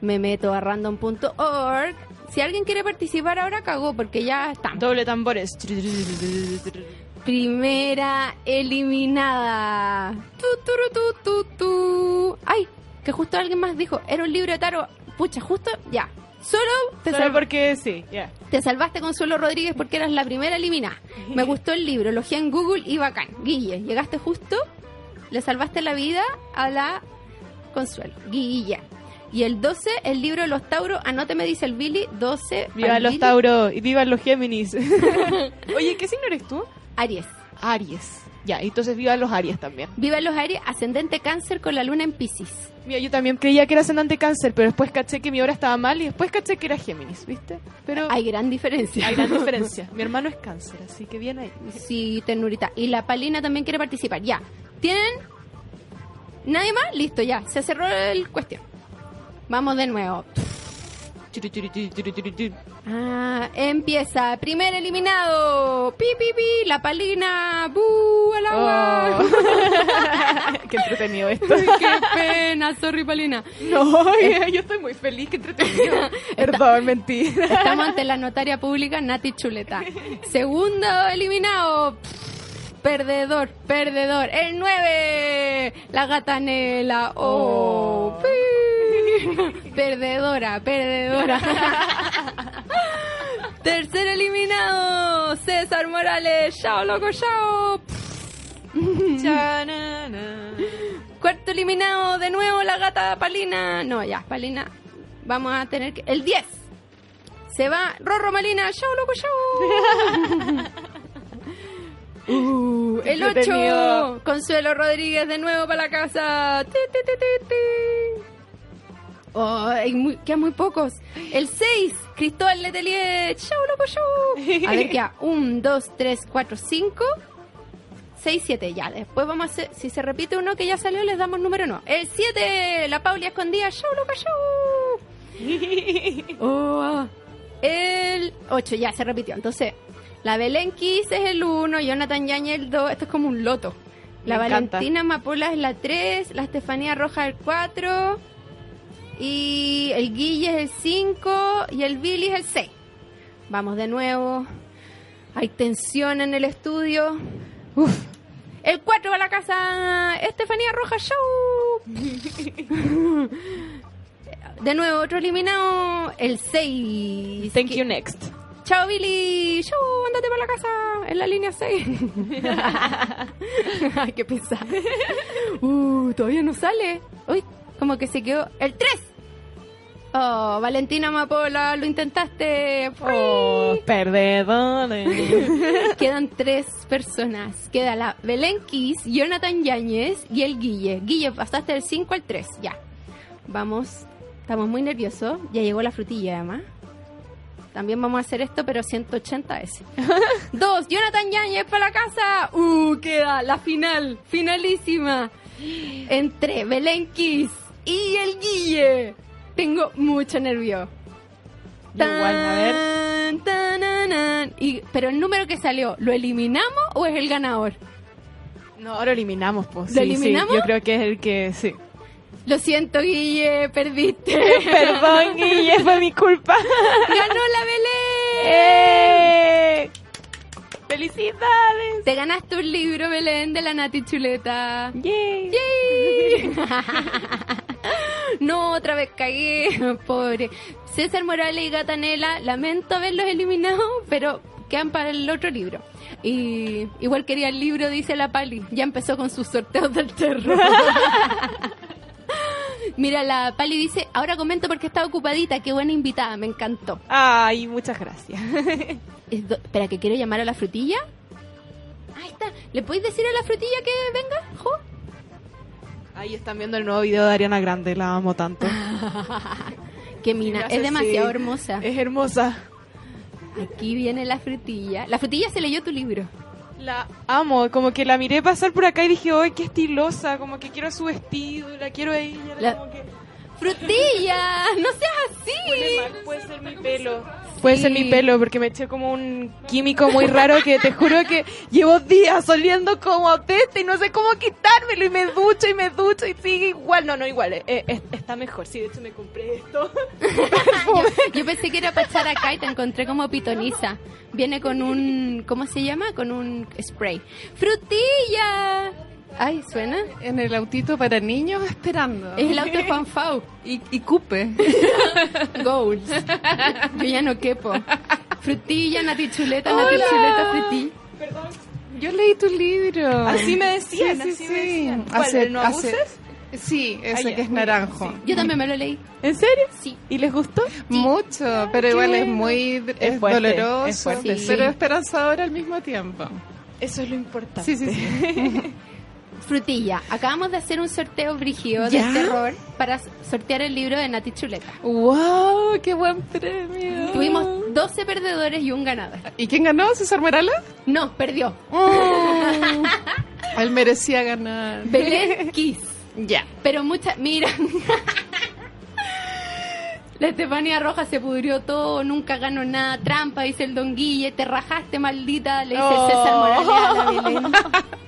S1: Me meto a random.org. Si alguien quiere participar ahora, cagó porque ya estamos.
S2: Doble tambores.
S1: (laughs) Primera eliminada. Tu, turu, tu, tu, tu. Ay, que justo alguien más dijo, era un libro de tarot. Pucha, justo, ya. Solo te,
S2: Solo
S1: sal-
S2: porque sí, ya.
S1: te salvaste Consuelo Rodríguez porque eras la primera eliminada.
S2: (laughs)
S1: Me gustó el libro, elogié en Google y bacán. Guille, llegaste justo, le salvaste la vida a la Consuelo. Guille. Y el 12, el libro de los Tauros, anóteme, dice el Billy, 12.
S2: Viva
S1: al
S2: los
S1: Billy,
S2: Tauro y viva los
S1: (laughs)
S2: Géminis. Oye, ¿qué signo eres tú?
S1: Aries.
S2: Aries. Ya, entonces viva los Aries también.
S1: Viva los Aries, ascendente cáncer con la luna en Pisces.
S2: Mira, yo también creía que era ascendente cáncer, pero después caché que mi hora estaba mal y después caché que era Géminis, ¿viste? Pero hay,
S1: Hay gran diferencia.
S2: gran diferencia. Mi hermano es cáncer, así que bien ahí.
S1: Sí, ternurita. Y la Palina también quiere participar. Ya. ¿Tienen? ¿Nadie más? Listo, ya. Se cerró el cuestión. Vamos de nuevo.
S2: Chiri, chiri, chiri, chiri, chiri, chiri.
S1: Ah, empieza. Primer eliminado. Pi, pi, pi. La Palina. Bu, al agua.
S2: Oh. (laughs) qué (laughs) entretenido
S1: (laughs)
S2: esto. Eh.
S1: Qué pena. Sorry, Palina.
S2: No, (laughs) yo estoy muy feliz, qué (laughs) entretenido. Perdón, mentí.
S1: Estamos ante la notaria pública Nati Chuleta. Segundo eliminado. Perdedor, perdedor. El 9. La gatanela. Oh.
S2: Oh.
S1: pi. Perdedora, perdedora. Tercer eliminado. César Morales. Chao, loco, chao.
S2: Chanana.
S1: Cuarto eliminado. De nuevo la gata Palina. No, ya, Palina. Vamos a tener que... El 10. Se va Rorro Malina. Chao, loco, chao.
S2: Uh,
S1: El
S2: entretenido.
S1: 8, Consuelo Rodríguez de nuevo para la casa. Ti, ti, ti, ti, ti. Oh, hay muy, quedan muy pocos. El 6, Cristóbal Letelier. Chau, loco, chau. A ver, queda 1, 2, 3, 4, 5, 6, 7, ya. Después vamos a hacer, si se repite uno que ya salió, les damos número no. El 7, la Pauli escondida, show, loca, show. Oh, el 8, ya se repitió. Entonces, la Belén Kiss es el 1, Jonathan Yañez el 2, esto es como un loto. La
S2: Me encanta.
S1: Valentina Amapola es la 3, la Estefanía Roja el 4, y el Guille es el 5, y el Billy es el 6. Vamos de nuevo. Hay tensión en el estudio. Uf. El 4 va a la casa. Estefanía Roja Show.
S2: (laughs)
S1: De nuevo, otro eliminado. El 6.
S2: Thank you next.
S1: Chao Billy. Show, ándate para la casa. En la línea
S2: (laughs)
S1: 6. Ay, qué pesado. Uh, todavía no sale. Uy, como que se quedó. El 3. Oh, Valentina Amapola, lo intentaste.
S2: Oh, (laughs) perdedores.
S1: (laughs) Quedan tres personas. Queda la Belén Kiss, Jonathan Yáñez y el Guille. Guille, pasaste del 5 al 3, ya. Vamos, estamos muy nerviosos. Ya llegó la frutilla, además. También vamos a hacer esto, pero 180 veces. Dos, Jonathan Yáñez para la casa. Uh, queda la final, finalísima. Entre Belén Kiss y el Guille. Tengo mucho nervio.
S2: Yo igual, a ver.
S1: Tan, tananan. Y- pero el número que salió, ¿lo eliminamos o es el ganador?
S2: No, ahora eliminamos, pues.
S1: ¿Lo eliminamos?
S2: yo creo que es el que sí.
S1: Lo siento, Guille, perdiste. (laughs)
S2: (laughs) Perdón, Guille, fue mi culpa.
S1: ¡Ganó la Belén!
S2: ¡Eh! ¡Felicidades!
S1: Te ganaste un libro, Belén, de la Nati Chuleta.
S2: ¡Yay!
S1: ¡Yay! (laughs) no, otra vez cagué. Pobre. César Morales y Gatanela, lamento haberlos eliminado, pero quedan para el otro libro. Y igual quería el libro, dice la Pali. Ya empezó con sus sorteos del terror. (laughs) Mira, la Pali dice, ahora comento porque está ocupadita, qué buena invitada, me encantó.
S2: Ay, muchas gracias.
S1: Es do- Espera, que quiero llamar a la frutilla. Ahí está. ¿Le podéis decir a la frutilla que venga? Jo?
S2: Ahí están viendo el nuevo video de Ariana Grande, la amo tanto.
S1: Que mina,
S2: Gracias,
S1: es demasiado
S2: sí.
S1: hermosa.
S2: Es hermosa.
S1: Aquí viene la frutilla. La frutilla se leyó tu libro.
S2: La amo, como que la miré pasar por acá y dije, ¡ay, qué estilosa! Como que quiero su vestido, la quiero a ella.
S1: La-
S2: como que,
S1: ¡Frutilla! ¡No seas así!
S2: puede, ser mi pelo. Puede ser mi
S1: Sí.
S2: pelo, porque me eché como un químico muy raro que te juro que llevo días oliendo como a peste y no sé cómo quitármelo. Y me ducho y me ducho y sigue igual. No, no, igual. eh, eh, es- está mejor. Sí, de hecho me compré esto.
S1: (laughs) Yo, yo pensé que era para echar acá y te encontré como pitoniza. Viene con un... ¿Cómo se llama? Con un spray. ¡Frutilla! Ay, ¿suena?
S3: En el autito para niños esperando.
S1: Es el auto de Juan Fau.
S3: Y, y cupe.
S1: (laughs) Goals. Yo ya no quepo. Frutilla, nati chuleta, nati chuleta, frutilla.
S3: Yo leí tu
S2: (laughs)
S3: libro.
S2: Así me decían,
S3: Sí,
S2: así
S3: sí, sí.
S2: me decían. ¿Cuál,
S3: Hace-
S2: el no
S3: hace-
S2: abuses?
S3: Sí, ese
S2: ya.
S3: que es naranjo.
S1: Yo también me lo leí.
S2: ¿En serio?
S1: Sí.
S2: ¿Y les gustó?
S3: Mucho, pero igual es
S2: bueno.
S3: muy d-
S2: Es
S3: es
S2: fuerte,
S3: doloroso,
S2: es fuerte,
S1: sí.
S3: pero esperanzador al mismo tiempo.
S2: Eso es lo importante.
S3: Sí, sí, sí. (laughs)
S1: Frutilla, acabamos de hacer un sorteo brígido de
S3: ¿Ya?
S1: terror para s- sortear el libro de Nati Chuleta.
S3: ¡Wow! ¡Qué buen premio!
S2: (laughs)
S3: Mm.
S1: Tuvimos 12 perdedores y un ganador.
S3: ¿Y quién ganó? ¿César Morales?
S1: No, perdió.
S3: Él merecía ganar.
S1: Belén Kiss.
S3: Ya.
S1: Pero muchas. Mira. La Estefanía Roja se pudrió todo, nunca ganó nada, trampa, dice el Don Guille, te rajaste maldita, le dice el
S3: Oh.
S1: César Morales a la Belén.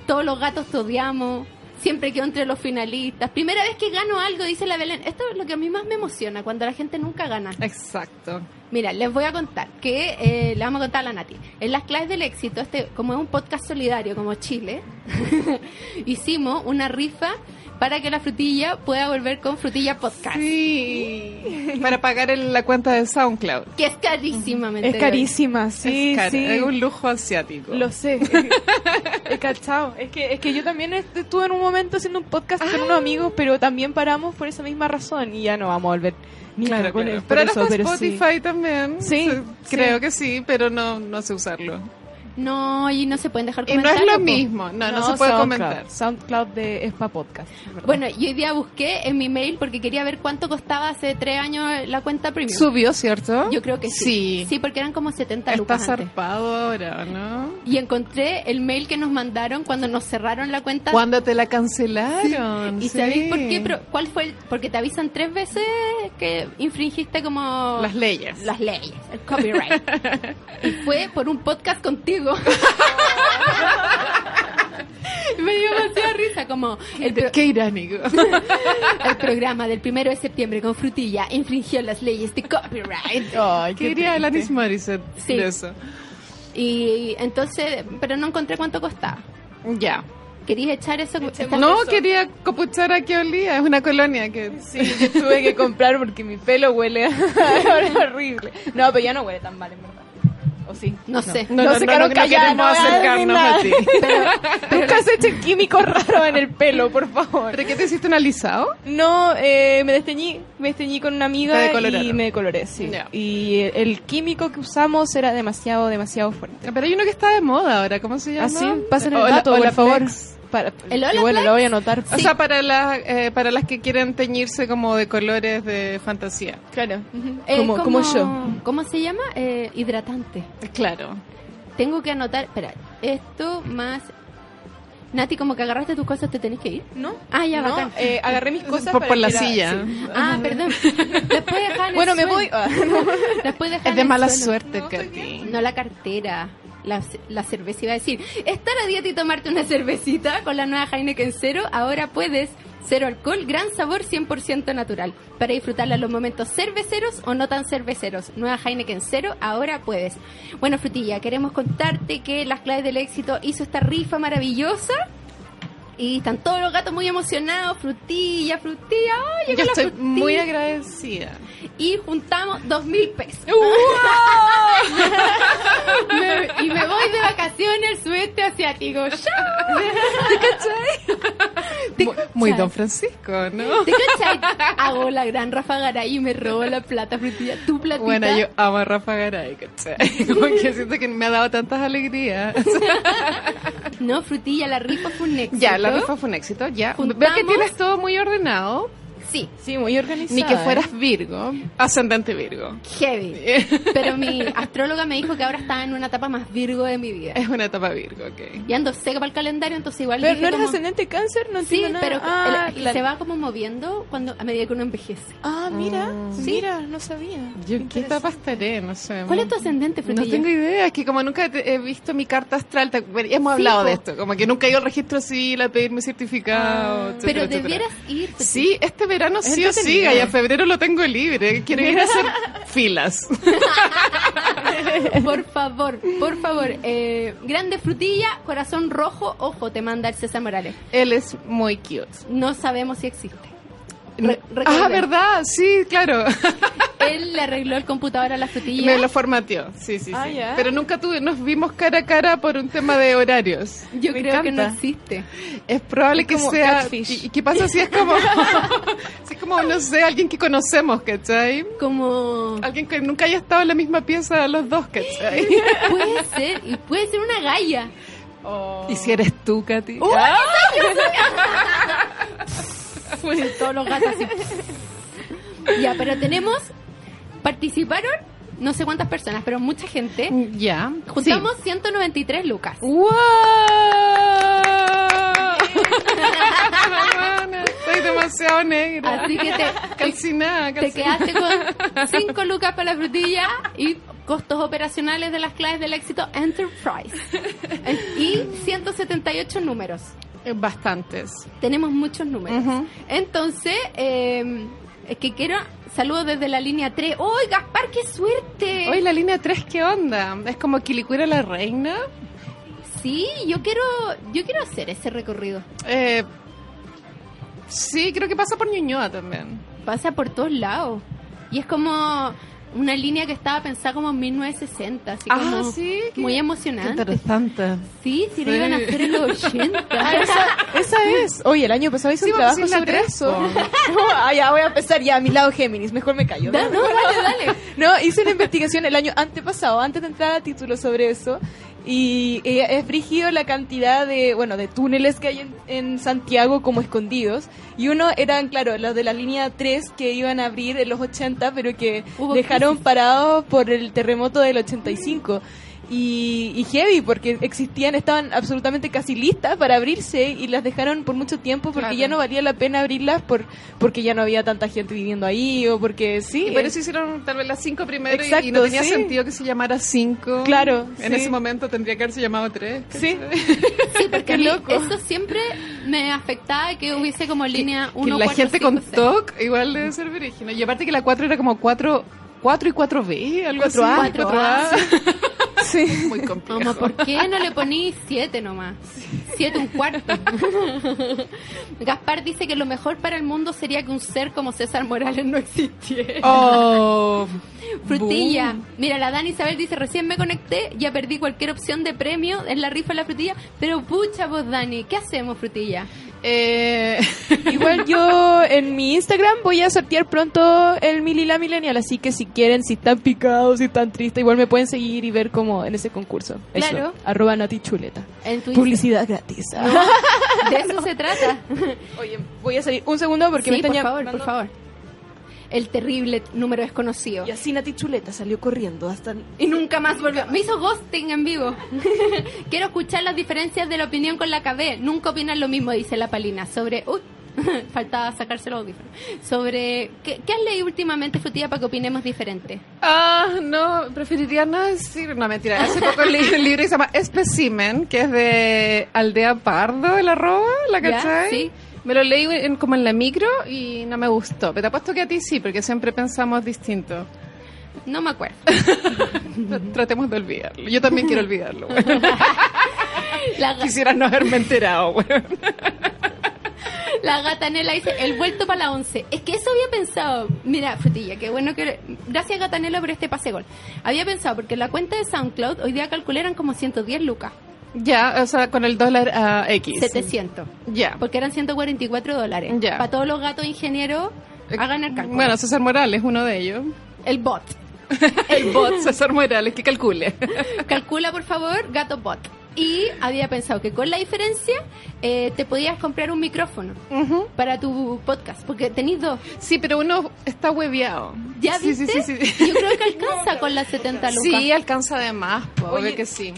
S1: Todos los gatos te odiamos, siempre quedó entre los finalistas. Primera vez que gano algo, dice la Belén. Esto es lo que a mí más me emociona, cuando la gente nunca gana.
S3: Exacto.
S1: Mira, les voy a contar que eh, le vamos a contar a la Nati. En las claves del éxito, este como es un podcast solidario como Chile, (laughs) hicimos una rifa para que la frutilla pueda volver con frutilla podcast,
S3: Sí. Para pagar el- la cuenta de SoundCloud.
S1: que es carísima, me
S2: Es
S1: enteré.
S2: carísima, sí,
S3: es, caro,
S2: sí.
S3: es un lujo asiático.
S2: Lo sé.
S3: (laughs)
S2: He cachado. Es que, es que yo también est- estuve en un momento haciendo un podcast con
S3: Ah.
S2: unos amigos, pero también paramos por esa misma razón y ya no vamos a volver. Ni
S3: Claro,
S2: cagando
S3: claro.
S2: por
S3: Pero ahora
S2: eso,
S3: está
S2: pero sí.
S3: Spotify también.
S2: Sí,
S3: Se-
S2: sí.
S3: Creo que sí, pero no, no sé usarlo.
S1: No, y no se pueden dejar
S3: Y no
S1: comentar.
S3: es lo
S1: po.
S3: mismo, no, no, se puede
S2: SoundCloud.
S3: comentar.
S2: SoundCloud de Espa Podcast. ¿verdad?
S1: Bueno, yo hoy día busqué en mi mail porque quería ver cuánto costaba hace tres años la cuenta premium.
S3: Subió, ¿cierto?
S1: Yo creo que sí.
S3: Sí.
S1: porque eran como 70
S3: Está
S1: lucas antes.
S3: zarpado ahora, ¿no?
S1: Y encontré el mail que nos mandaron cuando nos cerraron la cuenta.
S3: Cuando te la cancelaron.
S1: ¿Y
S3: sí.
S1: sabéis por qué? Pero, ¿Cuál fue? el- porque te avisan tres veces que infringiste como
S3: oh, Las leyes.
S1: las leyes, el
S3: (laughs)
S1: copyright. y fue por un podcast contigo. Me dio demasiada risa, como el, pro-
S3: Qué (laughs) iránico.
S1: el programa del primero de septiembre con frutilla infringió las leyes de copyright.
S3: Ay, qué diría Alanis Morissette
S1: Sí.
S3: de eso.
S1: Y entonces, pero no encontré cuánto costaba.
S3: Ya.
S1: ¿Querías echar eso? esta-
S3: No, quería copuchar a qué olía. Es una colonia que...
S2: Sí, yo tuve que comprar porque mi pelo huele a- (laughs) horrible. No, pero ya no huele tan mal, en verdad. ¿O sí?
S1: No sé.
S3: No,
S2: No
S3: no,
S2: se
S3: no,
S2: quedaron
S3: no
S2: calladas,
S3: queremos
S2: no voy a decir
S3: acercarnos
S2: nada.
S3: a ti.
S2: (laughs) Nunca se echen químicos raros en el pelo, por favor.
S3: (laughs) ¿Pero qué te hiciste un alisado?
S2: No, eh, me desteñí, me desteñí con una
S3: Te
S2: amiga
S3: decoloraron.
S2: y me decoloré, sí.
S3: Ya.
S2: Y el- el químico que usamos era demasiado, demasiado fuerte.
S3: Pero hay uno que está de moda ahora, ¿cómo se llama?
S2: Así, pasen el
S3: Hola-
S2: dato, por
S3: Olaplex.
S2: favor. Para,
S1: ¿El
S2: que
S1: Olaplex?
S2: bueno, lo voy a anotar.
S3: O sea, para las, eh, para las que quieren teñirse como de colores de fantasía.
S2: claro.
S1: Eh,
S2: como, como yo.
S1: ¿Cómo se llama? Eh, hidratante.
S3: Claro.
S1: Tengo que anotar, espera, esto más... Nati, como que agarraste tus cosas, te tenés que ir.
S2: ¿No?
S1: Ah, ya,
S2: no,
S1: bacán.
S2: eh, agarré (laughs) mis cosas
S3: por,
S2: para
S3: por la
S2: ir a-
S3: silla.
S2: sí.
S1: Ah, perdón. Después dejar en
S2: Bueno,
S1: el
S2: me
S1: suelo.
S2: voy. ah. (laughs)
S1: Después dejar
S3: Es
S1: en
S3: de
S1: el
S3: mala
S1: suelo.
S3: suerte,
S2: No, estoy
S3: Katy.
S1: No la cartera, la, la cerveza iba a decir. Estar a dieta y tomarte una cervecita con la nueva Heineken Cero, ahora puedes. Cero alcohol, gran sabor 100% natural. Para disfrutarla en los momentos cerveceros o no tan cerveceros. Nueva Heineken Cero, ahora puedes. Bueno, Frutilla, queremos contarte que Las Claves del Éxito hizo esta rifa maravillosa. Y están todos los gatos muy emocionados. Frutilla, frutilla. ¡ay, llegó
S3: Yo
S1: la
S3: estoy
S1: frutilla!
S3: muy agradecida.
S1: y juntamos dos mil pesos. (laughs) Me- y me voy de vacaciones al sudeste asiático. ¡Ya! ¿Te
S3: Mu-
S1: cachai?
S3: Muy Don Francisco, ¿no?
S1: ¿Te cachai? Hago la gran Rafa Garay y me robo la plata frutilla, tu platita.
S3: Bueno, yo amo a Rafa Garay, ¿cachai? (laughs) Como que siento que me ha dado tantas alegrías.
S1: No, frutilla, la rifa fue un éxito.
S3: (laughs) Ya, la rifa fue un éxito, ya.
S1: Juntamos-
S3: Veo que tienes todo muy ordenado.
S1: Sí,
S2: Sí, muy organizada.
S3: Ni que fueras Virgo. Ascendente Virgo.
S1: heavy.
S3: (laughs)
S1: Pero mi astróloga me dijo que ahora estaba en una etapa más virgo de mi vida.
S3: Es una etapa Virgo, ok.
S1: Y ando seca para el calendario, entonces igual
S2: Pero
S1: dije
S2: no eres
S1: como-
S2: ascendente cáncer, no
S1: Sí,
S2: entiendo nada.
S1: pero
S2: ah,
S1: el-
S2: la-
S1: se va como moviendo cuando a medida que uno envejece.
S2: Ah, mira,
S1: Sí.
S2: mira, no sabía.
S3: Yo en qué
S2: Interesante.
S3: etapa estaré, no sé.
S1: ¿Cuál es tu ascendente,
S3: No
S1: Frutilla?
S3: tengo idea, es que como nunca te- he visto mi carta astral, te- bueno, hemos
S1: Sí,
S3: hablado
S1: po.
S3: de esto, como que nunca he ido al registro civil a pedir mi certificado. etcétera,
S1: Pero
S3: etcétera.
S1: debieras ir. Frutilla.
S3: Sí, este verano sí o sí,
S2: entretenido.
S3: Gaya, febrero lo tengo libre, quiero ir a hacer filas.
S1: Por favor, por favor. Eh, grande frutilla, corazón rojo, ojo, te manda el César Morales.
S3: Él es muy cute.
S1: No sabemos si
S3: (laughs)
S1: existe. Re-
S3: ah,
S1: recordemos.
S3: ¿verdad? Sí, claro.
S1: Él le arregló el computador a la frutilla.
S3: Me lo formateó, sí, sí, sí.
S2: Ah, ya.
S3: Pero nunca tuve, nos vimos cara a cara por un tema de horarios.
S1: Yo
S2: Me
S1: creo que no
S2: encanta.
S1: existe.
S3: Es probable
S2: Es
S3: que
S2: como
S3: sea.
S2: catfish.
S3: ¿Y, y qué pasa si es como. (laughs) si es como, no sé, alguien que conocemos, ¿cachai?
S1: Como
S3: Alguien que nunca haya estado en la misma pieza los dos, ¿cachai?
S1: puede ser, y puede ser una galla.
S3: (laughs) ¿Y si eres tú, Katy?
S2: ¡Uh!
S3: (laughs)
S1: (laughs) Todos los gatos así. ya, pero tenemos. Participaron no sé cuántas personas, pero mucha gente.
S3: Ya.
S1: Juntamos 193 lucas.
S3: ¡Wow! (laughs) Hermana, Estoy demasiado negra.
S1: Así
S3: (laughs)
S1: que te,
S3: Calcinada,
S1: Te
S3: calcinada.
S1: quedaste
S3: (laughs)
S1: con 5 lucas para la frutilla y costos operacionales de las claves del éxito
S3: (laughs)
S1: Enterprise. Y 178 números.
S3: Eh, Bastantes.
S1: Tenemos muchos números.
S3: Ujú.
S1: Entonces, eh, es que quiero saludos desde la línea 3. ¡Uy, Gaspar, qué suerte!
S3: Hoy la línea 3, ¿qué onda? Es como Quilicura la reina.
S1: Sí, yo quiero, yo quiero hacer ese recorrido.
S3: Eh, sí, creo que pasa por Ñuñoa también.
S1: Pasa por todos lados. Y es como una línea que estaba pensada como en 1960. Así
S3: Ah,
S1: como
S3: sí, qué-
S1: Muy emocionante.
S3: interesante.
S1: Sí, sí, lo
S3: Sí.
S1: iban a hacer en los 80.
S2: (laughs) Esa es. Oye, el año pasado hice
S3: Sí,
S2: un
S3: vamos a
S2: trabajo
S3: ir la
S2: sobre
S3: tres,
S2: eso. (laughs)
S3: po.
S2: No, ah, ya voy a empezar ya a mi lado Géminis, mejor me callo.
S1: Da- (laughs) no, dale, dale.
S2: No, hice una investigación el año antepasado, antes de entrar a título sobre eso. Y eh, es brígido la cantidad de, bueno, de túneles que hay en, en Santiago como escondidos. Y uno eran, claro, los de la línea 3 que iban a abrir en los 80, pero que
S1: Hubo
S2: dejaron parados por el terremoto del 85. Y, y heavy, porque existían, estaban absolutamente casi listas para abrirse y las dejaron por mucho tiempo porque
S3: Claro.
S2: ya no valía la pena abrirlas por, porque ya no había tanta gente viviendo ahí o porque sí. eh,
S3: Y por
S2: es-
S3: eso hicieron tal vez las 5 primero y- y,
S2: Exacto,
S3: no tenía
S2: sí.
S3: sentido que se llamara 5.
S2: Claro,
S3: En
S2: sí.
S3: ese momento tendría que haberse llamado 3. (laughs)
S2: Sí.
S1: Sí, porque a mí
S2: loco.
S1: eso siempre me afectaba que hubiese como línea 1,
S3: la
S1: 4,
S3: gente
S1: 5,
S3: con
S1: 6.
S3: TOC igual debe ser virgen. Y aparte que la 4 era como 4, 4 y 4B, algo así.
S2: 4A.
S3: 4A.
S1: (laughs)
S2: Sí.
S3: Muy complejo.
S1: Como, ¿por qué no le poní siete nomás? Siete un cuarto. Gaspar dice que lo mejor para el mundo sería que un ser como César Morales no existiera. (laughs)
S3: Oh,
S1: Frutilla. Mira, la Dani Isabel dice, recién me conecté, ya perdí cualquier opción de premio en la rifa de la frutilla, pero pucha vos, Dani, ¿qué hacemos, frutilla?
S3: Eh, (laughs)
S2: Igual yo en mi Instagram voy a sortear pronto el Milila Millennial, así que si quieren, si están picados, si están tristes, igual me pueden seguir y ver como en ese concurso. Eso,
S1: Claro.
S2: Arroba Nati Chuleta.
S1: En tu
S2: Publicidad gratis.
S1: Insta- De eso se trata.
S2: Oye, voy a salir un segundo
S1: Sí,
S2: porque me están
S1: por favor,
S2: llamando.
S1: por favor. El terrible número desconocido.
S2: Y así Nati Chuleta salió corriendo hasta...
S1: Y nunca más volvió. Me hizo ghosting en (laughs) vivo. Quiero escuchar las diferencias de la opinión con la KB. Nunca opinan lo mismo, dice la Palina. Sobre. Uy, (laughs) faltaba sacarse los audífonos. Sobre. ¿Qué, qué has leído últimamente, Frutilla, para que opinemos diferente?
S3: Ah, no, preferiría no decir, no mentira. Hace poco leí un libro que se llama Especimen, que es de Aldea Pardo, de la arroba, ¿la
S1: Ya,
S3: cachai?
S1: sí.
S3: Me lo leí en- como en la micro y no me gustó. Pero te apuesto que a ti sí, porque siempre pensamos distinto.
S1: No me acuerdo.
S3: Tra- Tratemos de olvidarlo. Yo también
S1: (laughs)
S3: quiero olvidarlo. weón.
S1: La, ga-
S3: Quisiera no haberme enterado, weón.
S1: la gata Nela dice: el vuelto para la 11. Es que eso había pensado. Mira, Frutilla, qué bueno que. Gracias, gata Nela, por este pase gol. Había pensado, porque la cuenta de SoundCloud hoy día calculé eran como 110 lucas.
S3: Ya, o sea, con el dólar a X.
S1: 700.
S3: Ya.
S1: Porque eran 144 dólares.
S3: Ya. Eh,
S1: Para todos los gatos ingenieros, hagan el cálculo.
S3: Bueno, César Morales, uno de ellos.
S1: el bot. (laughs)
S3: El bot César Morales, que calcule.
S1: Calcula, por favor, gato bot. Y había pensado que con la diferencia eh, te podías comprar un micrófono para tu podcast, porque tenéis dos.
S3: Sí, pero uno está hueveado.
S1: ¿Ya
S3: Sí,
S1: viste?
S3: Sí, sí, sí.
S1: Yo creo que alcanza con las 70 lucas.
S3: Sí, alcanza de más, po,
S2: Oye.
S3: obvio que sí.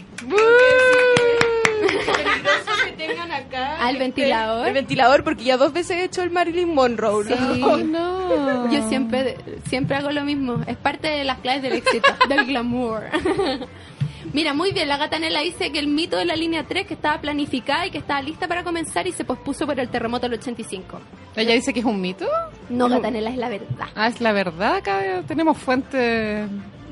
S2: que tengan acá...
S1: Al ventilador.
S2: El ventilador, porque ya dos veces he hecho el Marilyn Monroe. ¿no? (laughs)
S1: Sí.
S3: Oh, no.
S1: Yo siempre, siempre hago lo mismo. Es parte de las claves del éxito, del glamour. Mira, muy bien, la gata Nela dice que el mito de la línea 3 que estaba planificada y que estaba lista para comenzar y se pospuso por el terremoto del 85.
S3: Ella dice que es un mito.
S1: No, gata Nela, es la verdad.
S3: Ah, es la verdad, acá tenemos fuente.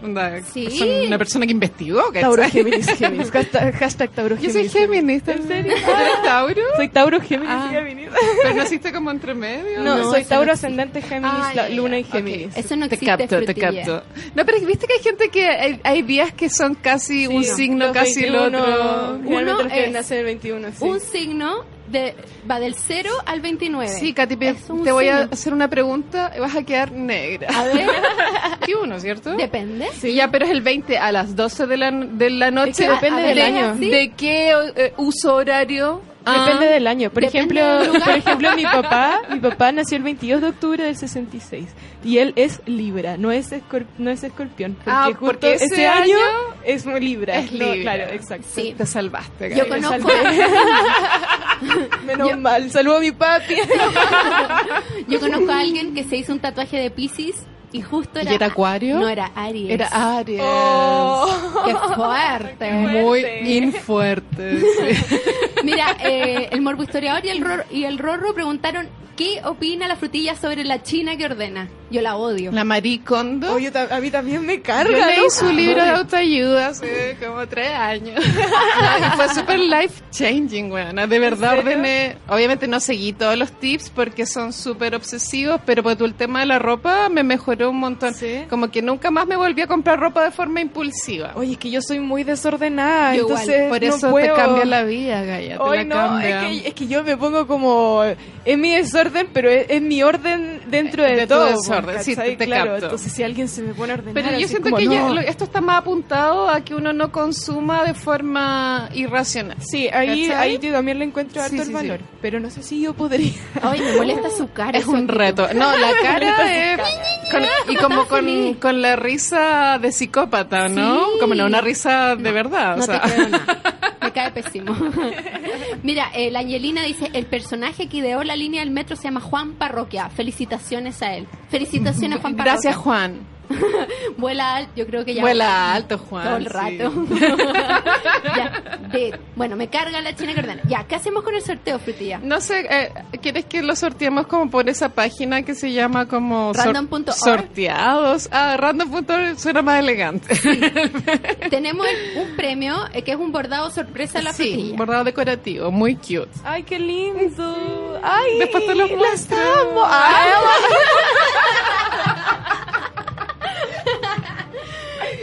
S3: onda,
S1: Sí.
S3: persona- una persona que investigó, ¿cachai?
S2: Tauro Géminis, (laughs) Géminis. Hashtag, hashtag Tauro
S3: Yo
S2: Géminis.
S3: soy Géminis, ¿en serio? ¿Tú (laughs) eres Tauro?
S2: Soy Tauro Géminis.
S3: Ah.
S2: Géminis.
S3: ¿Pero naciste como entre medio?
S2: No,
S1: No,
S2: soy
S1: eso
S2: Tauro
S1: no
S2: ascendente Géminis,
S3: Ah,
S2: la-
S3: ya, ya,
S2: Luna y
S3: ok.
S2: Géminis.
S1: Eso no
S3: Te
S1: existe.
S3: capto, te
S1: frutilla.
S3: capto. No, pero viste que hay gente que hay, hay días que son casi un signo, casi el otro.
S1: Uno
S2: Uno
S1: es
S2: nacer el 21, sí.
S1: Un signo de, va del 0 al 29.
S3: Sí, Katy, pe-
S1: Es un
S3: te voy a
S1: signo.
S3: hacer una pregunta y vas a quedar negra.
S2: Ah.
S3: (laughs)
S1: A ver,
S3: Y uno, ¿cierto?
S1: depende.
S3: Sí, ya, pero es el 20 a las 12 de la, de la noche. Ah,
S2: Es que depende
S1: del
S3: de,
S1: año.
S3: ¿De qué eh, uso horario?
S2: Depende del año. Por
S1: Depende del
S2: ejemplo,
S1: lugar.
S2: por ejemplo, mi papá, mi papá nació el 22 de octubre del 66 y él es Libra, no es escorp- no es Escorpión, porque
S3: Ah,
S2: justo
S3: porque ese
S2: ese año,
S3: año
S2: es muy Libra.
S3: es
S2: No,
S3: Libra.
S2: claro, exacto.
S1: Sí.
S3: Te salvaste.
S1: Yo
S3: Gaby.
S1: conozco, (laughs)
S2: Menos mal. Saludo a mi
S3: (laughs)
S2: papi.
S1: yo conozco a alguien que se hizo un tatuaje de Pisces y justo era.
S3: ¿Y era acuario?
S1: No, era Aries.
S3: Era ah. Aries.
S1: (laughs)
S2: Oh,
S1: ¡Qué fuerte!
S3: Muy
S2: (laughs)
S3: infuerte. sí.
S1: Mira, eh, el morbo historiador y el, Rorro, y el Rorro preguntaron qué opina la frutilla sobre la China que ordena. Yo la odio.
S3: La Marie Kondo.
S2: Oye, ta- a mí también me
S3: Yo
S2: carga.
S3: leí
S2: ¿no?
S3: su libro de autoayuda hace como tres (laughs) años. Y fue súper life changing, weona. De verdad ordené. Obviamente no seguí todos los tips porque son súper obsesivos, pero por el tema de la ropa me mejoró un montón.
S2: Sí.
S3: Como que nunca más me volví a comprar ropa de forma impulsiva.
S2: Oye, es que yo soy muy desordenada,
S1: Yo igual,
S2: entonces
S3: por
S2: no
S3: eso
S2: puedo.
S3: te cambia la vida, Gaya. Te
S2: Ay,
S3: la
S2: no,
S3: cambia.
S2: es que, es que yo me pongo como. Es mi desorden, pero es, es mi orden dentro de,
S3: Eh, De todo
S2: todo.
S3: desorden, sí,
S2: ¿cachai?
S3: te
S2: claro,
S3: capto.
S2: entonces si alguien se me pone a ordenar,
S3: Pero
S2: así
S3: yo siento
S2: como,
S3: que ya
S2: no.
S3: lo- esto está más apuntado a que uno no consuma de forma irracional.
S2: Sí, ahí,
S3: ¿Cachai?
S2: ahí yo también le encuentro
S3: Sí,
S2: harto
S3: sí,
S2: el
S3: sí.
S2: valor, pero no sé si yo podría. (laughs)
S1: Ay, me molesta su cara.
S3: Es
S1: su
S3: un
S1: actitud.
S3: reto. No, (laughs) la cara es... con- y como con, con la risa de psicópata, ¿no?
S1: Sí.
S3: Como no, una risa de verdad. o
S1: No
S3: sea.
S1: te creo nada. Me cae pésimo. (laughs) Mira, eh, la Angelina dice, el personaje que ideó la línea del metro se llama Juan Parroquia. Felicitaciones a él. Felicitaciones, Juan Parroquia.
S3: (laughs) Gracias, Juan.
S1: Vuela al- yo creo que ya.
S3: Vuela alto, Juan.
S1: Todo el
S3: sí.
S1: rato. (laughs) Ya, de- bueno, me carga la china que ordena. Ya, ¿qué hacemos con el sorteo, frutilla?
S3: No sé, eh, ¿quieres que lo sorteemos como por esa página que se llama como sor-
S1: Random.org?
S3: sorteados? Ah, random.org suena más elegante.
S1: Tenemos el- un premio eh, que es un bordado sorpresa a la
S3: (laughs) Sí,
S1: frutilla.
S3: bordado decorativo, muy cute.
S2: Ay, qué lindo. Ay,
S3: Después te los
S2: las
S3: muestro. Ah.
S2: amo. Ay,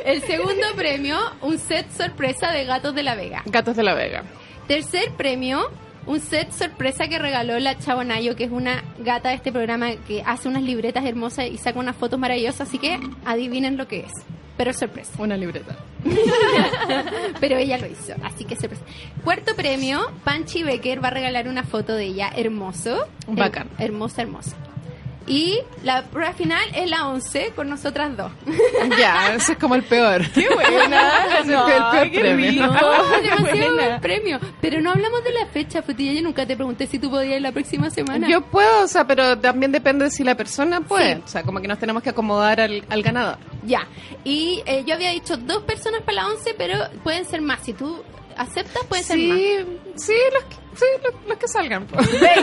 S1: El segundo premio, un set sorpresa de Gatos de la Vega.
S3: Gatos de la Vega.
S1: Tercer premio, un set sorpresa que regaló la Chabonayo, que es una gata de este programa que hace unas libretas hermosas y saca unas fotos maravillosas, así que adivinen lo que es. Pero es sorpresa.
S3: Una (laughs) libreta.
S1: Pero ella lo hizo, así que sorpresa. Cuarto premio, Panchi Becker va a regalar una foto de ella, hermoso.
S3: Bacán.
S1: Her- hermosa, hermosa. Y la prueba final es la 11 con nosotras dos.
S3: Ya, ese es como el peor.
S2: qué buena.
S3: (laughs) Ese fue el peor
S2: qué
S3: premio.
S2: rico.
S3: (laughs)
S1: Oh,
S2: Qué
S1: (laughs) demasiado
S2: buena.
S1: buen premio. Pero no hablamos de la fecha, Futilla. Yo nunca te pregunté si tú podías ir la próxima semana.
S3: Yo puedo, o sea, pero también depende de si la persona puede. O sea, como que nos tenemos que acomodar al, al ganador.
S1: Ya. Y eh, yo había dicho dos personas para la 11, pero pueden ser más. Si tú aceptas, pueden (laughs)
S3: sí, sí, los que, sí, los, los que salgan. pues. po.
S1: ser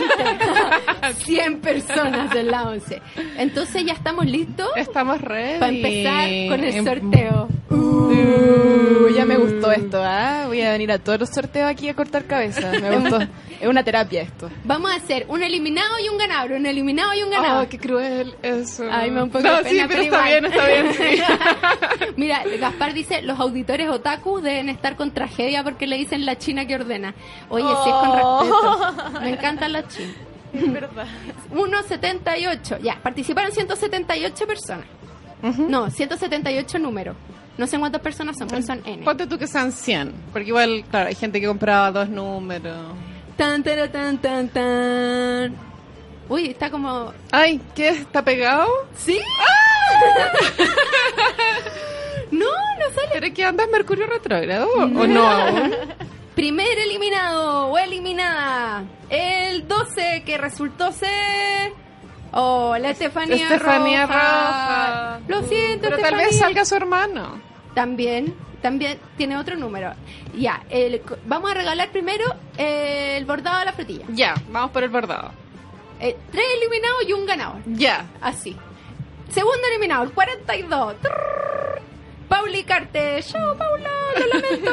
S1: (laughs) más. 100 personas en la 11. Entonces ya estamos listos
S3: Estamos ready. Em,
S1: para empezar con el sorteo.
S2: Uh,
S3: mm.
S2: ya me gustó esto, ¿ah? Voy a venir a todos los sorteos aquí a
S1: (laughs)
S2: cortar cabezas. Me
S3: (laughs)
S2: gustó. es una terapia esto.
S1: Vamos a hacer un eliminado y un ganador. Un eliminado y un ganador.
S3: Oh, qué cruel eso.
S1: Ay, me da un poco
S3: No,
S1: de pena,
S3: sí,
S1: pero
S3: pero está
S1: igual.
S3: bien, está bien. sí.
S1: (laughs) Mira, Gaspar dice, los auditores otaku deben estar con tragedia porque le dicen la china que ordena. Oye, sí, es
S3: Oh.
S1: con respeto. Me encantan las
S3: (laughs)
S1: chinas. 1.78. Ya, participaron 178 personas. No, 178 números. No sé cuántas personas son, pero son N.
S3: Ponte tú que sean 100, porque igual, claro, hay gente que compraba dos números.
S1: Tan, tan, tan, tan, tan. Uy, está como...
S3: Ay, ¿qué? ¿Está pegado?
S1: ¿Sí? no, no sale.
S3: ¿Pero que andas Mercurio retrógrado o no
S1: (laughs)
S3: aún?
S1: Primer eliminado o eliminada. El 12 que resultó ser. Oh, la Estefanía,
S3: Estefanía
S1: Roja.
S3: Roja.
S1: Lo siento,
S3: Pero tal vez
S1: Estefanía.
S3: salga su hermano.
S1: También, también tiene otro número. Ya, el- vamos a regalar primero eh, el bordado de la frutilla.
S3: Ya, vamos por el bordado.
S1: Eh, tres eliminados y un ganador. (laughs)
S3: Ya.
S1: Así. Segundo eliminado, el 42. Trrr. Pauli Carte. Yo, Paula, lo lamento.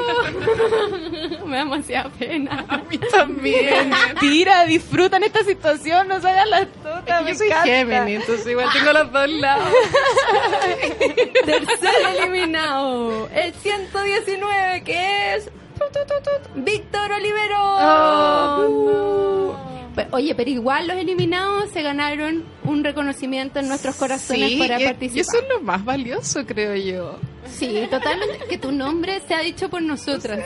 S1: (laughs) Me da demasiada pena.
S3: También.
S2: Tira, disfrutan esta situación, no se hagan las totas. me
S3: Yo soy
S2: encanta.
S3: Géminis, entonces igual
S1: Ah,
S3: tengo los dos lados.
S1: Tercer eliminado, el 119, que es tut, tut, tut, tut, Víctor Olivero.
S3: Oh,
S1: Pe- Oye, pero igual los eliminados se ganaron un reconocimiento en nuestros corazones
S3: Sí,
S1: por para
S3: y- y
S1: participar.
S3: eso es lo más valioso, creo yo. (laughs)
S1: Sí, totalmente. Que tu nombre sea dicho por nosotras.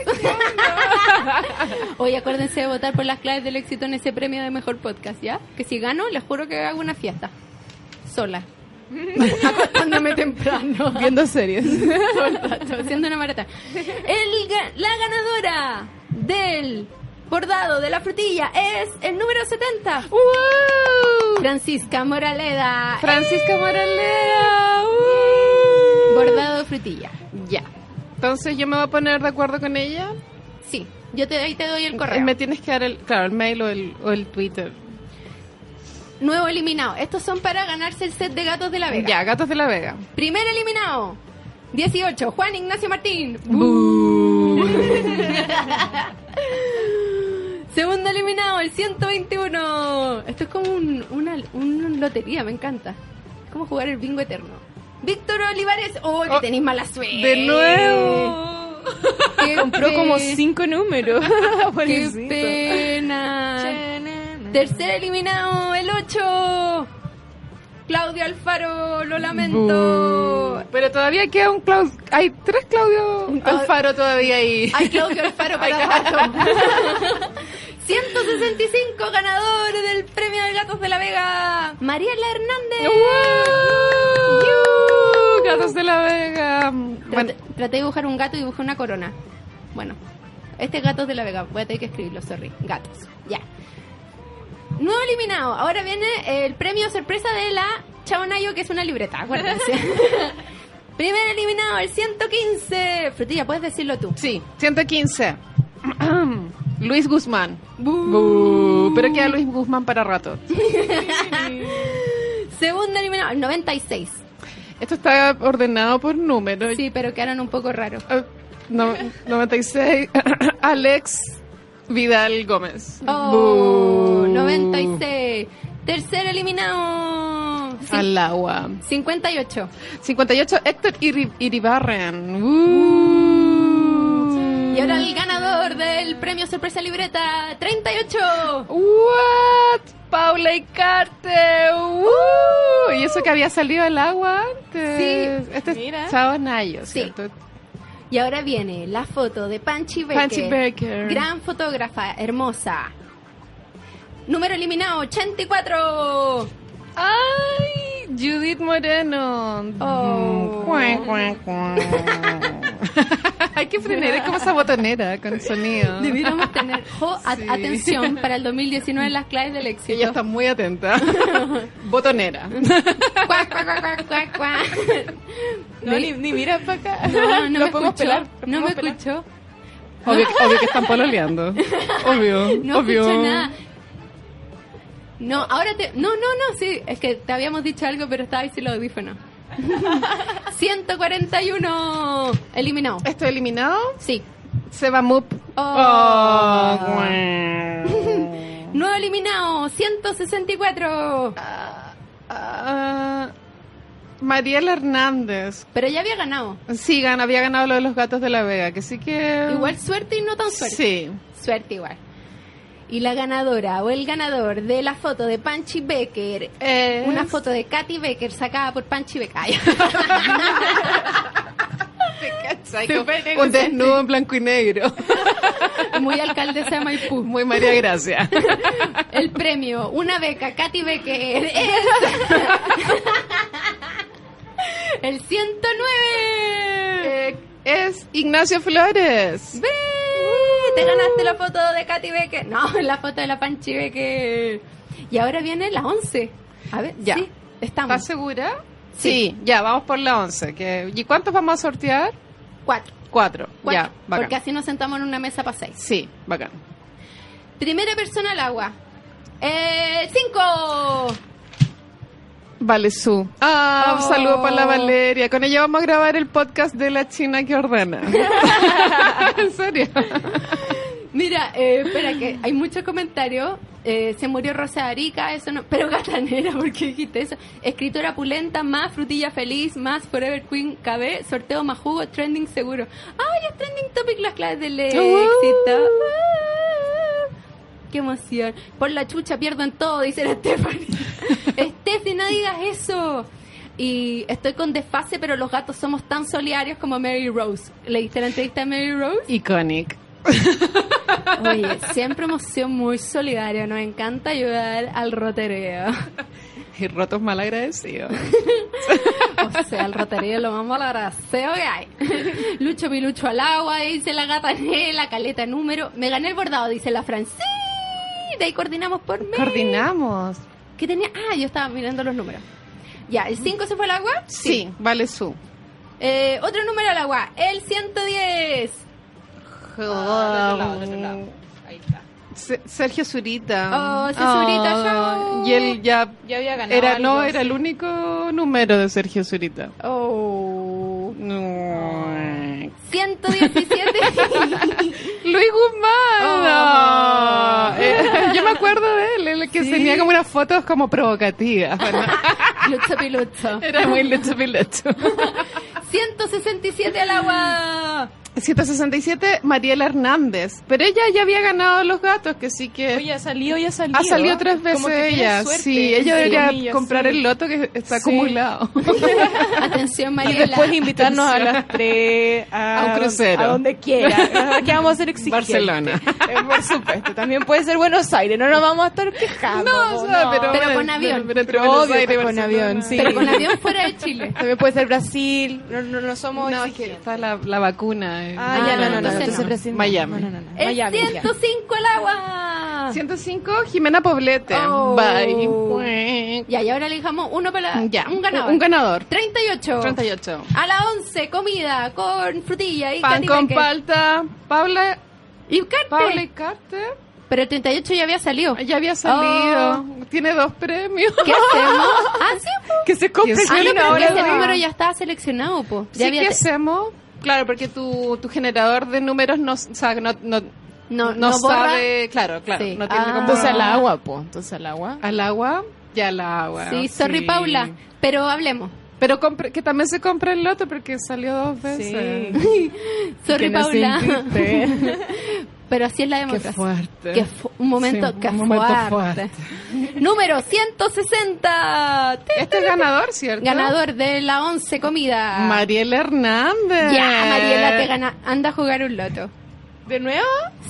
S1: Oye, acuérdense de votar por las claves del éxito en ese premio de mejor podcast, ¿ya? Que si gano, les juro que hago una fiesta. Sola. Acostándome temprano.
S2: Viendo series.
S1: (laughs) todo el rato, haciendo una maratón. El ga- la ganadora del bordado de la frutilla es el número 70. Francisca Moraleda.
S3: Francisca Moralea.
S1: Bordado de frutilla.
S3: Ya. Entonces yo me voy a poner de acuerdo con ella.
S1: Sí, yo te, ahí te doy el correo.
S3: Me tienes que dar el, claro, el mail o el, o el Twitter.
S1: Nuevo eliminado. Estos son para ganarse el set de gatos de la Vega.
S3: Ya, Gatos de la Vega.
S1: Primer eliminado. 18. Juan Ignacio Martín. Segundo eliminado, el 121. Esto es como un- una, una lotería, me encanta. Es como jugar el bingo eterno. Víctor Olivares. ¡Oh, que
S3: Oh,
S1: tenéis mala suerte!
S3: De nuevo. (laughs)
S1: Qué
S2: Compró
S1: pe-
S2: como cinco números. Ah,
S1: ¡Qué
S2: Pobrecito.
S3: (laughs)
S1: pena! Tercer eliminado, el 8. Claudio Alfaro, lo lamento.
S3: Pero todavía queda un Claudio. Hay tres Claudio Alfaro todavía ahí.
S1: Ay, Claudio
S3: (laughs)
S1: Alfaro para rato. (laughs) 165 ganador del premio de Gatos de la Vega, Mariela Hernández.
S3: ¡Uh! Gatos de la Vega. Bueno,
S1: Traté, traté de dibujar un gato y dibujé una corona. Bueno, este es Gatos de la Vega. Voy a tener que escribirlo, sorry. Gatos, ya. Nuevo eliminado. Ahora viene el premio sorpresa de la Chabonayo, que es una libreta.
S3: (laughs)
S1: Acuérdense. Primer eliminado, el 115. Frutilla, puedes decirlo tú.
S3: sí, 115. (clears throat) Luis Guzmán.
S1: Uh.
S3: Bu. Pero queda Luis Guzmán para rato.
S1: Segundo eliminado, el 96.
S3: Esto está ordenado por número.
S1: Sí, pero quedaron un poco raros.
S3: Ah, no- 96. (clears throat) Alex Vidal Gómez. Uh.
S1: Oh,
S3: Bu.
S1: 96. Tercer eliminado. cin-
S3: Al agua.
S1: 58.
S3: 58, Héctor Irri- Iribarren.
S1: Uh.
S3: Uh.
S1: Y ahora el ganador del premio sorpresa libreta, 38.
S3: What? Paula y Carter. Uh. Y eso que había salido al agua antes.
S2: Sí,
S3: este
S2: mira.
S3: es Chao Nayo,
S1: Sí.
S3: ¿cierto?
S1: Y ahora viene la foto de Panchi Becker.
S3: Panchi Becker.
S1: Gran fotógrafa, hermosa. Número eliminado, 84.
S3: Ay, Judith Moreno.
S1: Oh.
S3: Cuán, cuán, cuán. Hay que frenar, es como esa botonera con
S1: Ah.
S3: sonido.
S1: Debiéramos (laughs) tener jo, a-
S3: Sí.
S1: atención para el 2019 en las claves del éxito.
S3: Ella está muy
S1: (laughs)
S3: atenta. botonera.
S1: Cuac, cuac, cuac, cuac, cuac, cuac.
S2: No, ni, ni mira para acá.
S1: (laughs)
S2: (laughs)
S1: No, no
S2: Lo
S1: me
S2: podemos
S1: escuchó.
S2: pelar, lo
S1: no
S2: podemos
S1: me
S2: pelar.
S1: escuchó.
S3: Obvio, obvio que están pololeando. Obvio.
S1: No
S3: obvio.
S1: escuchó nada. No, ahora te... No, no, no, sí. Es que te habíamos dicho algo, pero estaba ahí sin los (laughs) audífonos. 141. Eliminado.
S3: Esto eliminado.
S1: Sí.
S3: Se va Mup.
S1: Oh.
S3: Oh, (laughs) guau.
S1: Nuevo eliminado. 164.
S3: Ah, Mariela Hernández.
S1: Pero ya había ganado.
S3: Sí, gan- había ganado lo de los gatos de la Vega, que sí que.
S1: Igual suerte y no tan suerte.
S3: Sí.
S1: Suerte igual. Y la ganadora o el ganador de la foto de Panchi Becker.
S3: Es-
S1: Una foto de Katy Becker sacada por Panchi Becker. Ay. (laughs)
S3: Ay,
S1: Súper
S3: como un
S1: negociante.
S3: desnudo en blanco
S1: (laughs)
S3: y negro.
S1: Muy alcaldesa de Maipú.
S3: Muy María
S1: (laughs)
S3: Gracia.
S1: El premio, una beca, Katy Becker, es... el 109.
S3: Eh, es Ignacio Flores.
S1: ¡Ve! Te ganaste la foto de Katy Becker. No, la foto de la Panchi Becker. Y ahora viene la 11. A ver,
S3: Ya.
S1: sí,
S3: ¿Estás
S1: estamos.
S3: segura?
S1: Sí.
S3: Sí, ya, vamos por la 11. que- ¿Y cuántos vamos a sortear?
S1: Cuatro.
S3: Cuatro.
S1: Cuatro.
S3: Ya, bacán.
S1: porque así nos sentamos en una mesa para seis.
S3: Sí, bacán.
S1: Primera persona al agua. Eh, El 5.
S3: Vale, su. Ah, un
S1: Oh.
S3: saludo para la Valeria. Con ella vamos a grabar el podcast de la China que ordena. en serio.
S1: Mira, eh, espera que hay muchos comentarios. Eh, se murió Rosa de Arica, eso no. Pero gatanera, (laughs) ¿por qué dijiste eso? Escritora pulenta, más frutilla feliz, más Forever Queen KB, sorteo más jugo, trending seguro. ¡Ay, es trending topic las claves del éxito! Ah, ¡Qué emoción! Por la chucha pierdo en todo, dice la (laughs) Stephanie. Steffi, no digas eso. Y estoy con desfase, pero los gatos somos tan solidarios como Mary Rose. ¿Leíste la entrevista de Mary Rose?
S3: Iconic.
S1: Oye, siempre hemos sido muy solidarios, nos encanta ayudar al rotereo.
S3: Y rotos mal agradecidos.
S1: O sea, al rotereo lo vamos a agradeceo que hay. Lucho Pilucho al agua, dice la gata la caleta número. Me gané el bordado, dice la Fran. ¡Sí! De ahí coordinamos por mí.
S3: Coordinamos.
S1: ¿Qué tenía? Ah, yo estaba mirando los números. Ya, ¿el 5 se fue al agua?
S3: Sí, vale su.
S1: Eh, otro número al agua, el 110.
S3: Se- Sergio Zurita.
S1: Oh, ese Zurita,
S3: Oh,
S1: yo.
S3: Y él ya
S2: Ya había ganado.
S3: era
S2: algo,
S3: no era
S2: sí.
S3: el único número de Sergio Zurita.
S1: Oh.
S3: No.
S1: 117.
S3: Luis Guzmán.
S1: Oh.
S3: Eh, yo me acuerdo de él, el que
S1: Sí.
S3: tenía como unas fotos como provocativas.
S2: (laughs)
S3: ¿no?
S1: Lucho Pilucho.
S3: Era muy lecho pilecho.
S1: 167 al agua.
S3: 167, Mariela Hernández. Pero ella ya había ganado los gatos, que sí que...
S2: Oye, ha salido y ha salido.
S3: Ha salido tres veces
S2: Como que tiene
S3: ella.
S2: suerte,
S3: sí, ella
S2: entre
S3: debería
S2: comillas,
S3: comprar
S2: sí.
S3: el loto que está
S2: Sí.
S3: acumulado.
S1: Atención,
S2: Y
S1: Mariela.
S2: después invitarnos a
S3: (laughs)
S2: las tres a,
S3: A un crucero.
S2: A donde
S3: (laughs)
S2: quiera. Aquí vamos a ser exigentes.
S3: Barcelona.
S2: Eh, por supuesto. También puede ser Buenos Aires. No nos vamos a estar quejando.
S3: No, (laughs) o sea, pero,
S1: Pero con avión.
S3: Pero, entre
S2: Obvio
S3: Buenos
S2: que
S3: Aires y
S2: con
S3: Barcelona.
S2: avión, sí.
S1: Pero con avión fuera de
S3: (laughs)
S1: Chile.
S2: También puede ser Brasil. No, no, no somos
S3: No, es que
S2: exigentes.
S3: está la, la vacuna.
S2: Ah,
S3: eh.
S1: Ah,
S2: ya, no, no, no.
S1: entonces
S2: entonces
S1: no.
S2: Brasil no.
S3: Miami.
S2: No, no, no, no.
S1: El
S2: Miami,
S1: (laughs)
S2: ya.
S1: 105 el agua.
S3: 105, Jimena Poblete.
S1: Oh.
S3: Bye.
S1: Ya, y ahora le dejamos uno para
S3: Ya.
S1: un ganador.
S3: Un ganador.
S1: 38.
S3: 38.
S1: A la 11, comida con frutilla y
S3: Pan con
S1: catimeque.
S3: palta. Paula,
S1: Y Carter.
S3: Paula y Carter.
S1: Pero el 38 ya había salido.
S3: Ya había salido. Tiene dos premios.
S1: Oh. ¿Qué hacemos? ah,
S3: (laughs)
S1: sí, po.
S2: Que se compre
S3: Que se
S2: el
S1: Ah, no, pero
S3: Bueno, ahora
S1: que ese
S3: sí.
S1: número ya estaba seleccionado, po. Ya
S3: (laughs) Sí,
S1: había
S3: ¿qué
S1: te-
S3: hacemos? Claro, porque tu, tu generador de números no, o sea, no, no,
S1: No,
S3: no
S1: no borra.
S3: sabe, claro, claro,
S1: Sí.
S3: no tiene
S1: Ah.
S3: como-
S1: Entonces al agua,
S4: po. Entonces al agua.
S2: Ah,
S3: al agua y al agua.
S1: Sí, sorry, Paula. Pero hablemos.
S3: Pero compre- que también se compre el lote porque salió dos
S2: pues,
S1: (laughs)
S3: veces.
S2: eh.
S1: Sorry,
S4: Que nos
S1: Paula.
S4: invite.
S1: (laughs) Pero así es la
S3: Qué
S1: democracia.
S3: fuerte.
S1: Que fu- un momento,
S3: Sí,
S1: que
S3: un momento
S1: fuerte. Número 160. Ti,
S3: Este es ganador, ¿cierto?
S1: Ganador de la 11 comida.
S3: Mariela Hernández.
S1: ya, Mariela, te gana. Anda a jugar un loto.
S2: ¿De nuevo?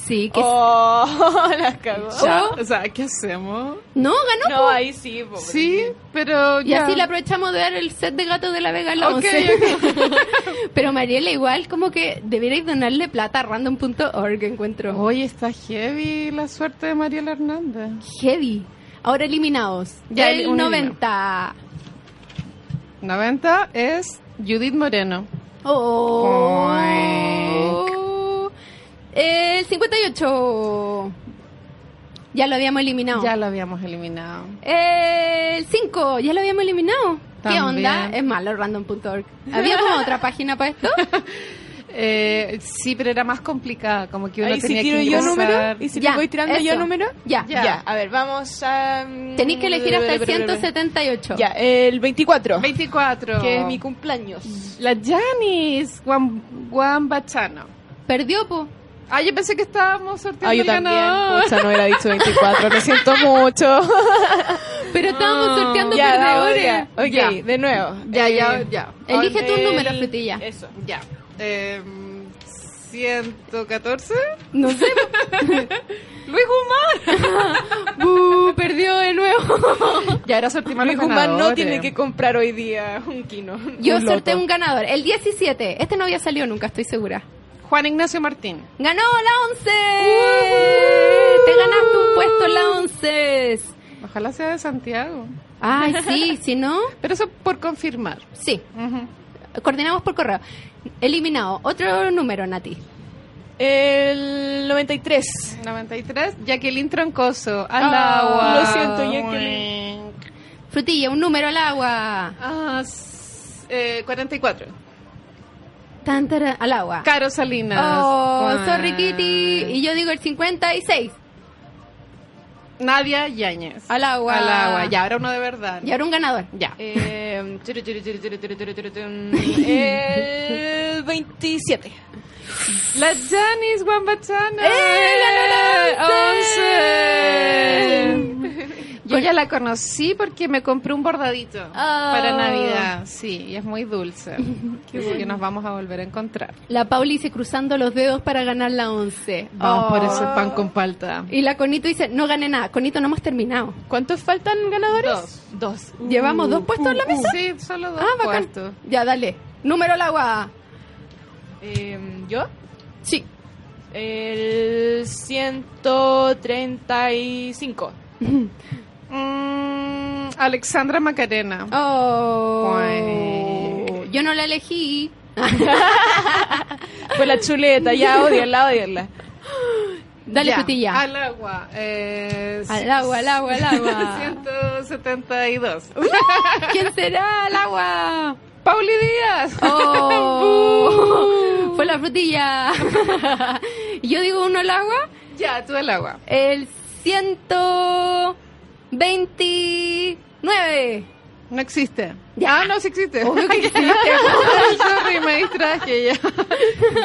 S1: Sí, que
S2: Oh, (laughs) la cagó.
S3: Ya,
S1: Oh.
S3: o sea, ¿qué hacemos?
S1: No, ganó.
S2: No, ahí sí. po,
S3: Sí, pero
S1: Y
S3: ya.
S1: así le aprovechamos de dar el set de gatos de la Vega a la
S3: Ok,
S1: 11. (laughs) Pero Mariela, igual, como que debierais donarle plata a random.org, encuentro.
S3: (laughs) Hoy está heavy la suerte de Mariela Hernández.
S1: Heavy. Ahora eliminados.
S3: Ya,
S1: el
S3: un
S1: 90.
S3: 90 es Judith Moreno.
S1: Oh. El 58. Ya lo habíamos eliminado.
S3: Ya la habíamos eliminado.
S1: El 5. Ya lo habíamos eliminado. ¿Qué
S3: También.
S1: onda? Es malo, random.org. ¿Había como otra página pues. para (laughs) esto?
S3: Eh, sí, pero era más complicada, como que uno
S2: Ahí si
S3: tenía
S2: tiro
S3: que
S2: yo
S3: ingresar.
S2: número. ¿Y si
S1: Ya,
S2: te voy tirando yo
S1: eso.
S2: número?
S1: Ya.
S3: Ya.
S2: A ver, vamos a... mm,
S1: Tenéis que elegir hasta el
S2: bre- bre- bre- bre-
S1: 178.
S2: Ya, el 24.
S3: 24.
S2: Que es mi cumpleaños.
S3: La Janis Guam, Guambachano.
S1: Perdió, po.
S3: Ah, yo pensé que estábamos sorteando
S4: Ah, yo
S3: el
S4: también.
S3: ganador.
S4: Pucha, no hubiera dicho 24. Lo
S2: (laughs)
S4: siento mucho.
S1: Pero estábamos sorteando (laughs)
S2: Ya,
S1: perdedores.
S2: ahora. Ok,
S3: Ya.
S2: de nuevo.
S3: Ya,
S2: Eh,
S3: ya, ya.
S1: Elige tu
S2: el-
S1: número, frutilla.
S2: Eso.
S3: Ya. Eh, 114.
S1: No sé.
S2: (laughs)
S3: Luis Guzmán.
S2: Uh,
S1: Bu, perdió de nuevo.
S3: Ya era sortear
S2: Luis Guzmán no tiene que comprar hoy día un kino.
S1: (laughs) Yo
S2: Un loto.
S1: sorteé un ganador. El 17. Este no había salido nunca, estoy segura.
S3: Juan Ignacio Martín.
S1: ¡Ganó la 11!
S2: Uh-huh.
S1: Te ganaste un puesto en la 11.
S3: Ojalá sea de Santiago.
S1: Ay, sí, (laughs) si no,
S3: Pero eso por confirmar.
S1: sí. Coordinamos por correo. Eliminado. Otro número, Nati.
S2: El 93.
S3: 93. Jacqueline Troncoso. Al
S2: Ah,
S3: agua.
S2: lo siento, Jacqueline.
S1: Frutilla, un número al agua.
S3: Ah, s- eh, 44.
S1: Tantara, al agua.
S3: Caro Salinas.
S1: Oh,
S3: Juan.
S1: sorry, Kitty. Y yo digo el 56.
S3: Nadia Yáñez.
S1: Al agua.
S3: Al agua. Ya, ahora uno de verdad.
S1: Y ahora un ganador.
S3: Ya.
S2: (laughs) Eh, turu, turu, turu, turu, turu, turu, turu,
S3: (laughs)
S2: turu. el 27.
S3: La Janis Guambachana.
S1: ¡Eh,
S3: ¡Once! (laughs) Yo ya la conocí porque me compré un bordadito
S2: Ah.
S3: para Navidad. Sí, y es muy
S2: (laughs)
S3: dulce. Así que nos vamos a volver a encontrar.
S1: La Pauli dice cruzando los dedos para ganar la 11.
S3: Vamos por
S1: Oh.
S3: ese pan con palta.
S1: Y la Conito dice, no gané nada. Conito, no hemos terminado.
S2: ¿Cuántos faltan ganadores?
S3: Dos.
S2: Dos. Uh.
S1: ¿Llevamos dos puestos en la mesa?
S3: Sí, solo dos
S1: Ah, bacán.
S3: puestos.
S1: Ya, dale. Número al agua.
S2: Eh, ¿Yo?
S1: Sí.
S2: El 135.
S3: Mm, Alexandra
S2: Ah,
S3: Macarena.
S1: Oh.
S3: Uy.
S1: Yo no la elegí.
S2: Fue la chuleta, (laughs) ya, odiarla, odiarla.
S1: Dale,
S3: Ya,
S1: frutilla.
S3: Al agua. eh,
S1: Al agua, al agua, al agua.
S3: 172.
S1: ¿Quién será al agua?
S3: Pauli Díaz.
S1: Oh. (laughs) Fue la frutilla. Yo digo uno al agua.
S3: Ya, tú el agua.
S1: El 129.
S3: No existe.
S1: Ya.
S3: Ah, no, sí existe.
S1: Obvio
S3: (laughs)
S1: que existe.
S3: Sorry, me distraje ya.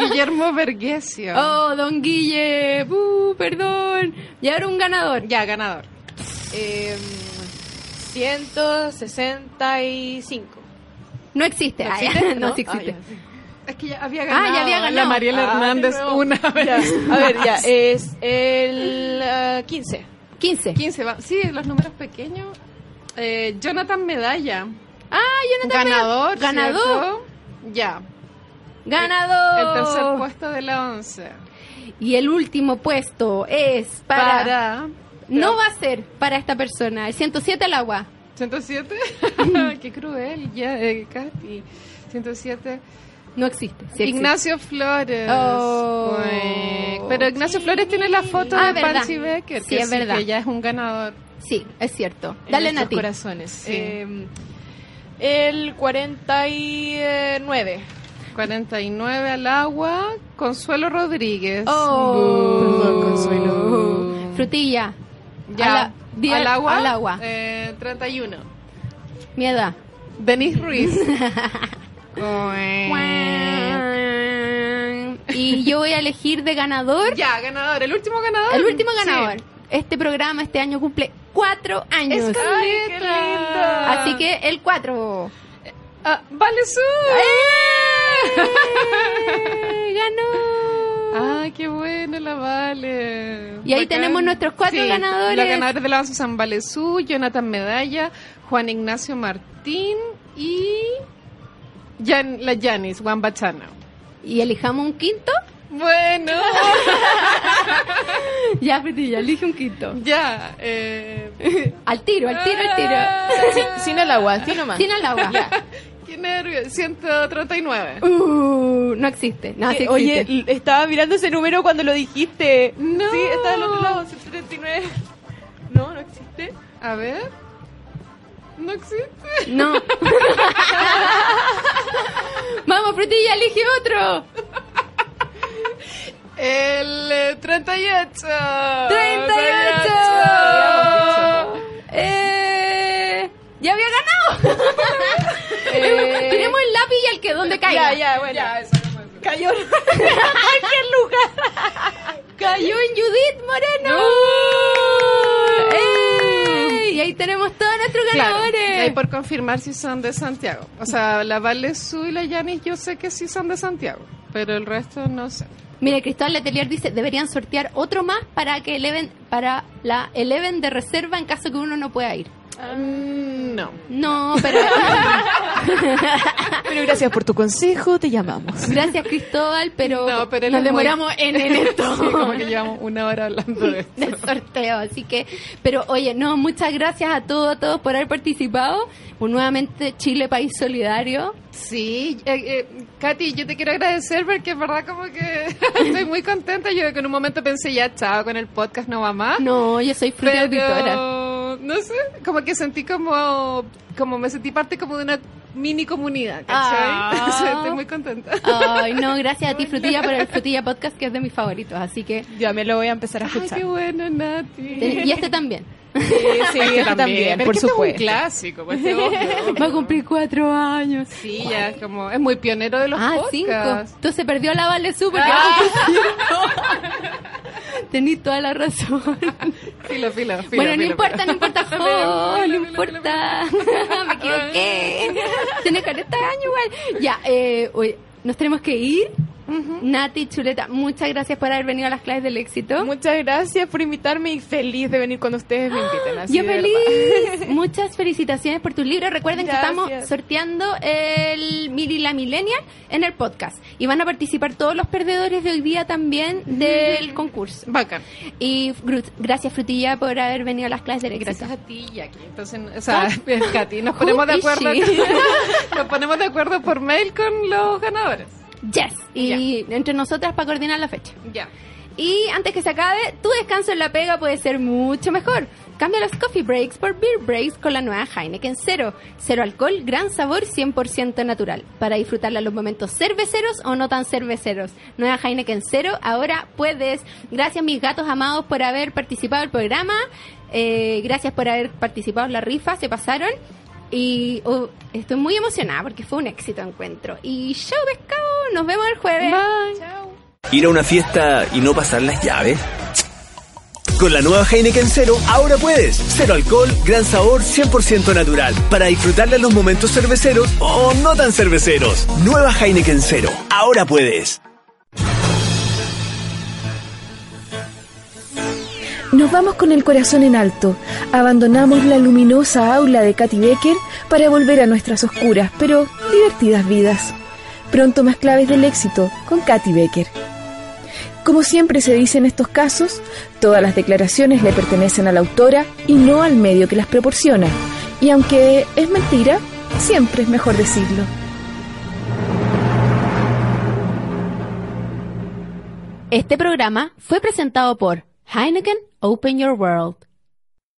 S3: Guillermo Vergesio.
S1: Oh, don Guille, buh, perdón. Y ahora un ganador.
S3: Ya, ganador.
S2: Eh, 165.
S1: No existe. Ah, ya, (laughs)
S2: existe?
S1: No,
S2: ¿No? Ah,
S1: sí existe.
S3: Es que ya había
S1: Ah, ganado Ah,
S3: ganado.
S1: la
S3: La
S1: Mariela
S3: Mariela Hernández una
S2: Ya,
S3: vez.
S2: A ver,
S3: (laughs)
S2: ya,
S1: eh.
S2: es el ah, 15.
S1: 15.
S3: 15, va- sí, los números pequeños. Eh, Jonathan Medalla.
S1: Ah, Jonathan Medalla.
S3: ganador.
S1: Ganador.
S3: ¿cierto? Ya. El tercer
S1: Ganador.
S3: puesto de la 11.
S1: y el último puesto es para... No va a ser para esta persona. El 107 al agua. (laughs)
S3: 107. Qué cruel, ya, eh, Katy. 107.
S1: No existe. Sí existe.
S3: Ignacio Flores.
S1: Oh.
S3: Ué. Pero Ignacio Flores tiene la foto
S1: Ah,
S3: de
S1: verdad.
S3: Pansy Becker.
S1: Sí,
S3: que
S1: es verdad.
S3: Que ya es un ganador.
S1: Sí, es cierto.
S2: en
S1: Dale,
S2: nuestros
S1: Nati.
S2: corazones.
S3: Sí.
S2: Eh, el 49.
S3: 49 al agua. Consuelo Rodríguez.
S1: Oh. Uh.
S3: Bu.
S4: Perdón, Consuelo.
S1: Frutilla.
S3: Ya.
S1: A la- di-
S3: al agua.
S1: al agua.
S3: Eh, 31.
S1: Mi edad.
S3: Denis
S1: (laughs)
S3: Ruiz. Ué.
S1: Y yo voy a elegir de ganador
S3: ya, ganador. El último ganador.
S1: El último
S3: Sí.
S1: ganador. Este programa este año cumple cuatro años.
S3: Es
S2: Ay, qué
S3: Caleta.
S2: linda.
S1: Así que el cuatro.
S3: Ah, vale
S1: ¡Eh! (laughs)
S3: su.
S1: ¡Ganó!
S3: Ay, Ah, qué bueno la Vale.
S1: Y ahí tenemos nuestros cuatro
S3: Sí,
S1: ganadores.
S3: Los ganadores de la Once San Valesú, Jonathan Medalla, Juan Ignacio Martín y Jan- la Janis, Juan Bachana.
S1: Y elijamos un quinto.
S3: Bueno, (laughs)
S1: Ya, Frutilla, elige un quinto.
S3: ya. eh,
S1: Al tiro, al tiro, al
S3: Ah.
S1: tiro.
S4: Sin el agua, así nomás.
S1: Sin al
S2: (laughs)
S1: agua.
S3: Qué nervios. 139.
S1: Uh, no existe. No, sí
S2: Eh, Oye,
S1: existe.
S2: l- estaba mirando ese número cuando lo dijiste.
S3: No.
S2: Sí, está del otro lado, 139. No, no existe.
S3: A ver. No existe.
S2: (laughs)
S1: No. Vamos, Frutilla, elige otro.
S3: El eh, 38.
S1: 38. Eh, ya había
S2: (laughs)
S1: ganado. Tenemos el lápiz y el que donde caiga.
S2: Eh. Ya, ya, bueno. Cayó.
S1: Cayó en Judith Moreno. Eh, y ahí tenemos todos nuestros
S3: Claro,
S1: ganadores.
S3: ahí por confirmar si son de Santiago. O sea, la Vale Su y la Yanis yo sé que sí son de Santiago, pero el resto no sé.
S1: Mira, Cristóbal Letelier dice, deberían sortear otro más para que eleven, para la eleven de reserva en caso que uno no pueda ir.
S3: Mm, No.
S1: No, pero (laughs)
S4: Pero gracias por tu consejo, te llamamos.
S1: gracias Cristóbal, pero,
S3: No, pero él
S1: nos
S3: es muy- (laughs)
S1: demoramos en, en esto.
S3: (laughs) Sí, como que llevamos una hora hablando de esto.
S1: del sorteo. Así que, pero oye, no, muchas gracias a todos, a todos por haber participado. Pues nuevamente Chile País Solidario.
S3: Sí, eh, eh, Katy, yo te quiero agradecer porque es verdad como que (laughs) estoy muy contenta. Yo que en un momento pensé ya, chao, con el podcast no va más.
S1: No, yo soy fruta auditora.
S3: Pero, no sé, como que sentí como, como me sentí parte como de una mini comunidad, ¿cachai?
S1: Ah.
S3: Entonces, (laughs) estoy muy contenta.
S1: Ay, no, gracias a ti, Frutilla, por el Frutilla Podcast, que es de mis favoritos. Así que,
S4: Ya me lo voy a empezar a
S3: Ay,
S4: escuchar.
S3: qué bueno, Nati.
S1: ten- y este también.
S4: Sí, sí, yo también,
S3: Pero
S4: por
S3: es que este
S4: supuesto.
S3: es un clásico, pues, obvio.
S1: (laughs) Va a cumplir cuatro años.
S3: Sí, ya es como, es muy pionero de los
S1: ah,
S3: podcasts. Ah.
S1: cinco. Entonces perdió la Vale Su porque va a cumplir cinco.
S3: (laughs)
S1: Tenís toda la razón.
S3: Filo, filo, filo,
S1: bueno, no
S3: filo,
S1: importa,
S3: filo.
S1: no
S3: (laughs)
S1: importa, jo, no importa. (laughs) Me equivoqué.
S3: (laughs)
S1: Tienes 40 años igual. Ya, eh, oye, nos tenemos que ir. Nati, Chuleta, muchas gracias por haber venido a las clases del éxito.
S2: Muchas gracias por invitarme y feliz de venir cuando ustedes me inviten. así
S1: Yo
S2: de verdad.
S1: feliz. (laughs) Muchas felicitaciones por tu libro. Recuerden
S2: Gracias.
S1: que estamos sorteando el Miri la Millennial en el podcast. Y van a participar todos los perdedores de hoy día también del concurso.
S3: Bacán.
S1: Y gru- gracias, Frutilla, por haber venido a las clases del éxito.
S3: Gracias a ti, Jackie. Entonces, o
S1: Ah.
S3: (laughs) sea, Katy, nos ponemos de
S1: Who is
S3: acuerdo.
S1: she?
S3: (laughs) nos ponemos de acuerdo por mail con los ganadores.
S1: Yes. Y entre nosotras para coordinar la fecha.
S3: Ya.
S1: Y antes que se acabe, tu descanso en la pega puede ser mucho mejor. Cambia los coffee breaks por beer breaks con la nueva Heineken Cero. Cero alcohol, gran sabor, 100% natural. Para disfrutarla los momentos cerveceros o no tan cerveceros. Nueva Heineken Cero, ahora puedes. Gracias mis gatos amados por haber participado en el programa. Eh, gracias por haber participado en la rifa, se pasaron. Y oh, estoy muy emocionada porque fue un éxito encuentro. Y chao pescado, nos vemos el jueves.
S5: Ir a una fiesta y no pasar las llaves. Con la nueva Heineken Cero, ahora puedes. Cero alcohol, gran sabor, 100% natural. Para disfrutar de los momentos cerveceros o no tan cerveceros. Nueva Heineken Cero, ahora puedes.
S6: Nos vamos con el corazón en alto. Abandonamos la luminosa aula de Katy Becker para volver a nuestras oscuras, pero divertidas vidas. Pronto más claves del éxito con Katy Becker. Como siempre se dice en estos casos, todas las declaraciones le pertenecen a la autora y no al medio que las proporciona. Y aunque es mentira, siempre es mejor decirlo.
S1: Este programa fue presentado por Heineken Open Your World.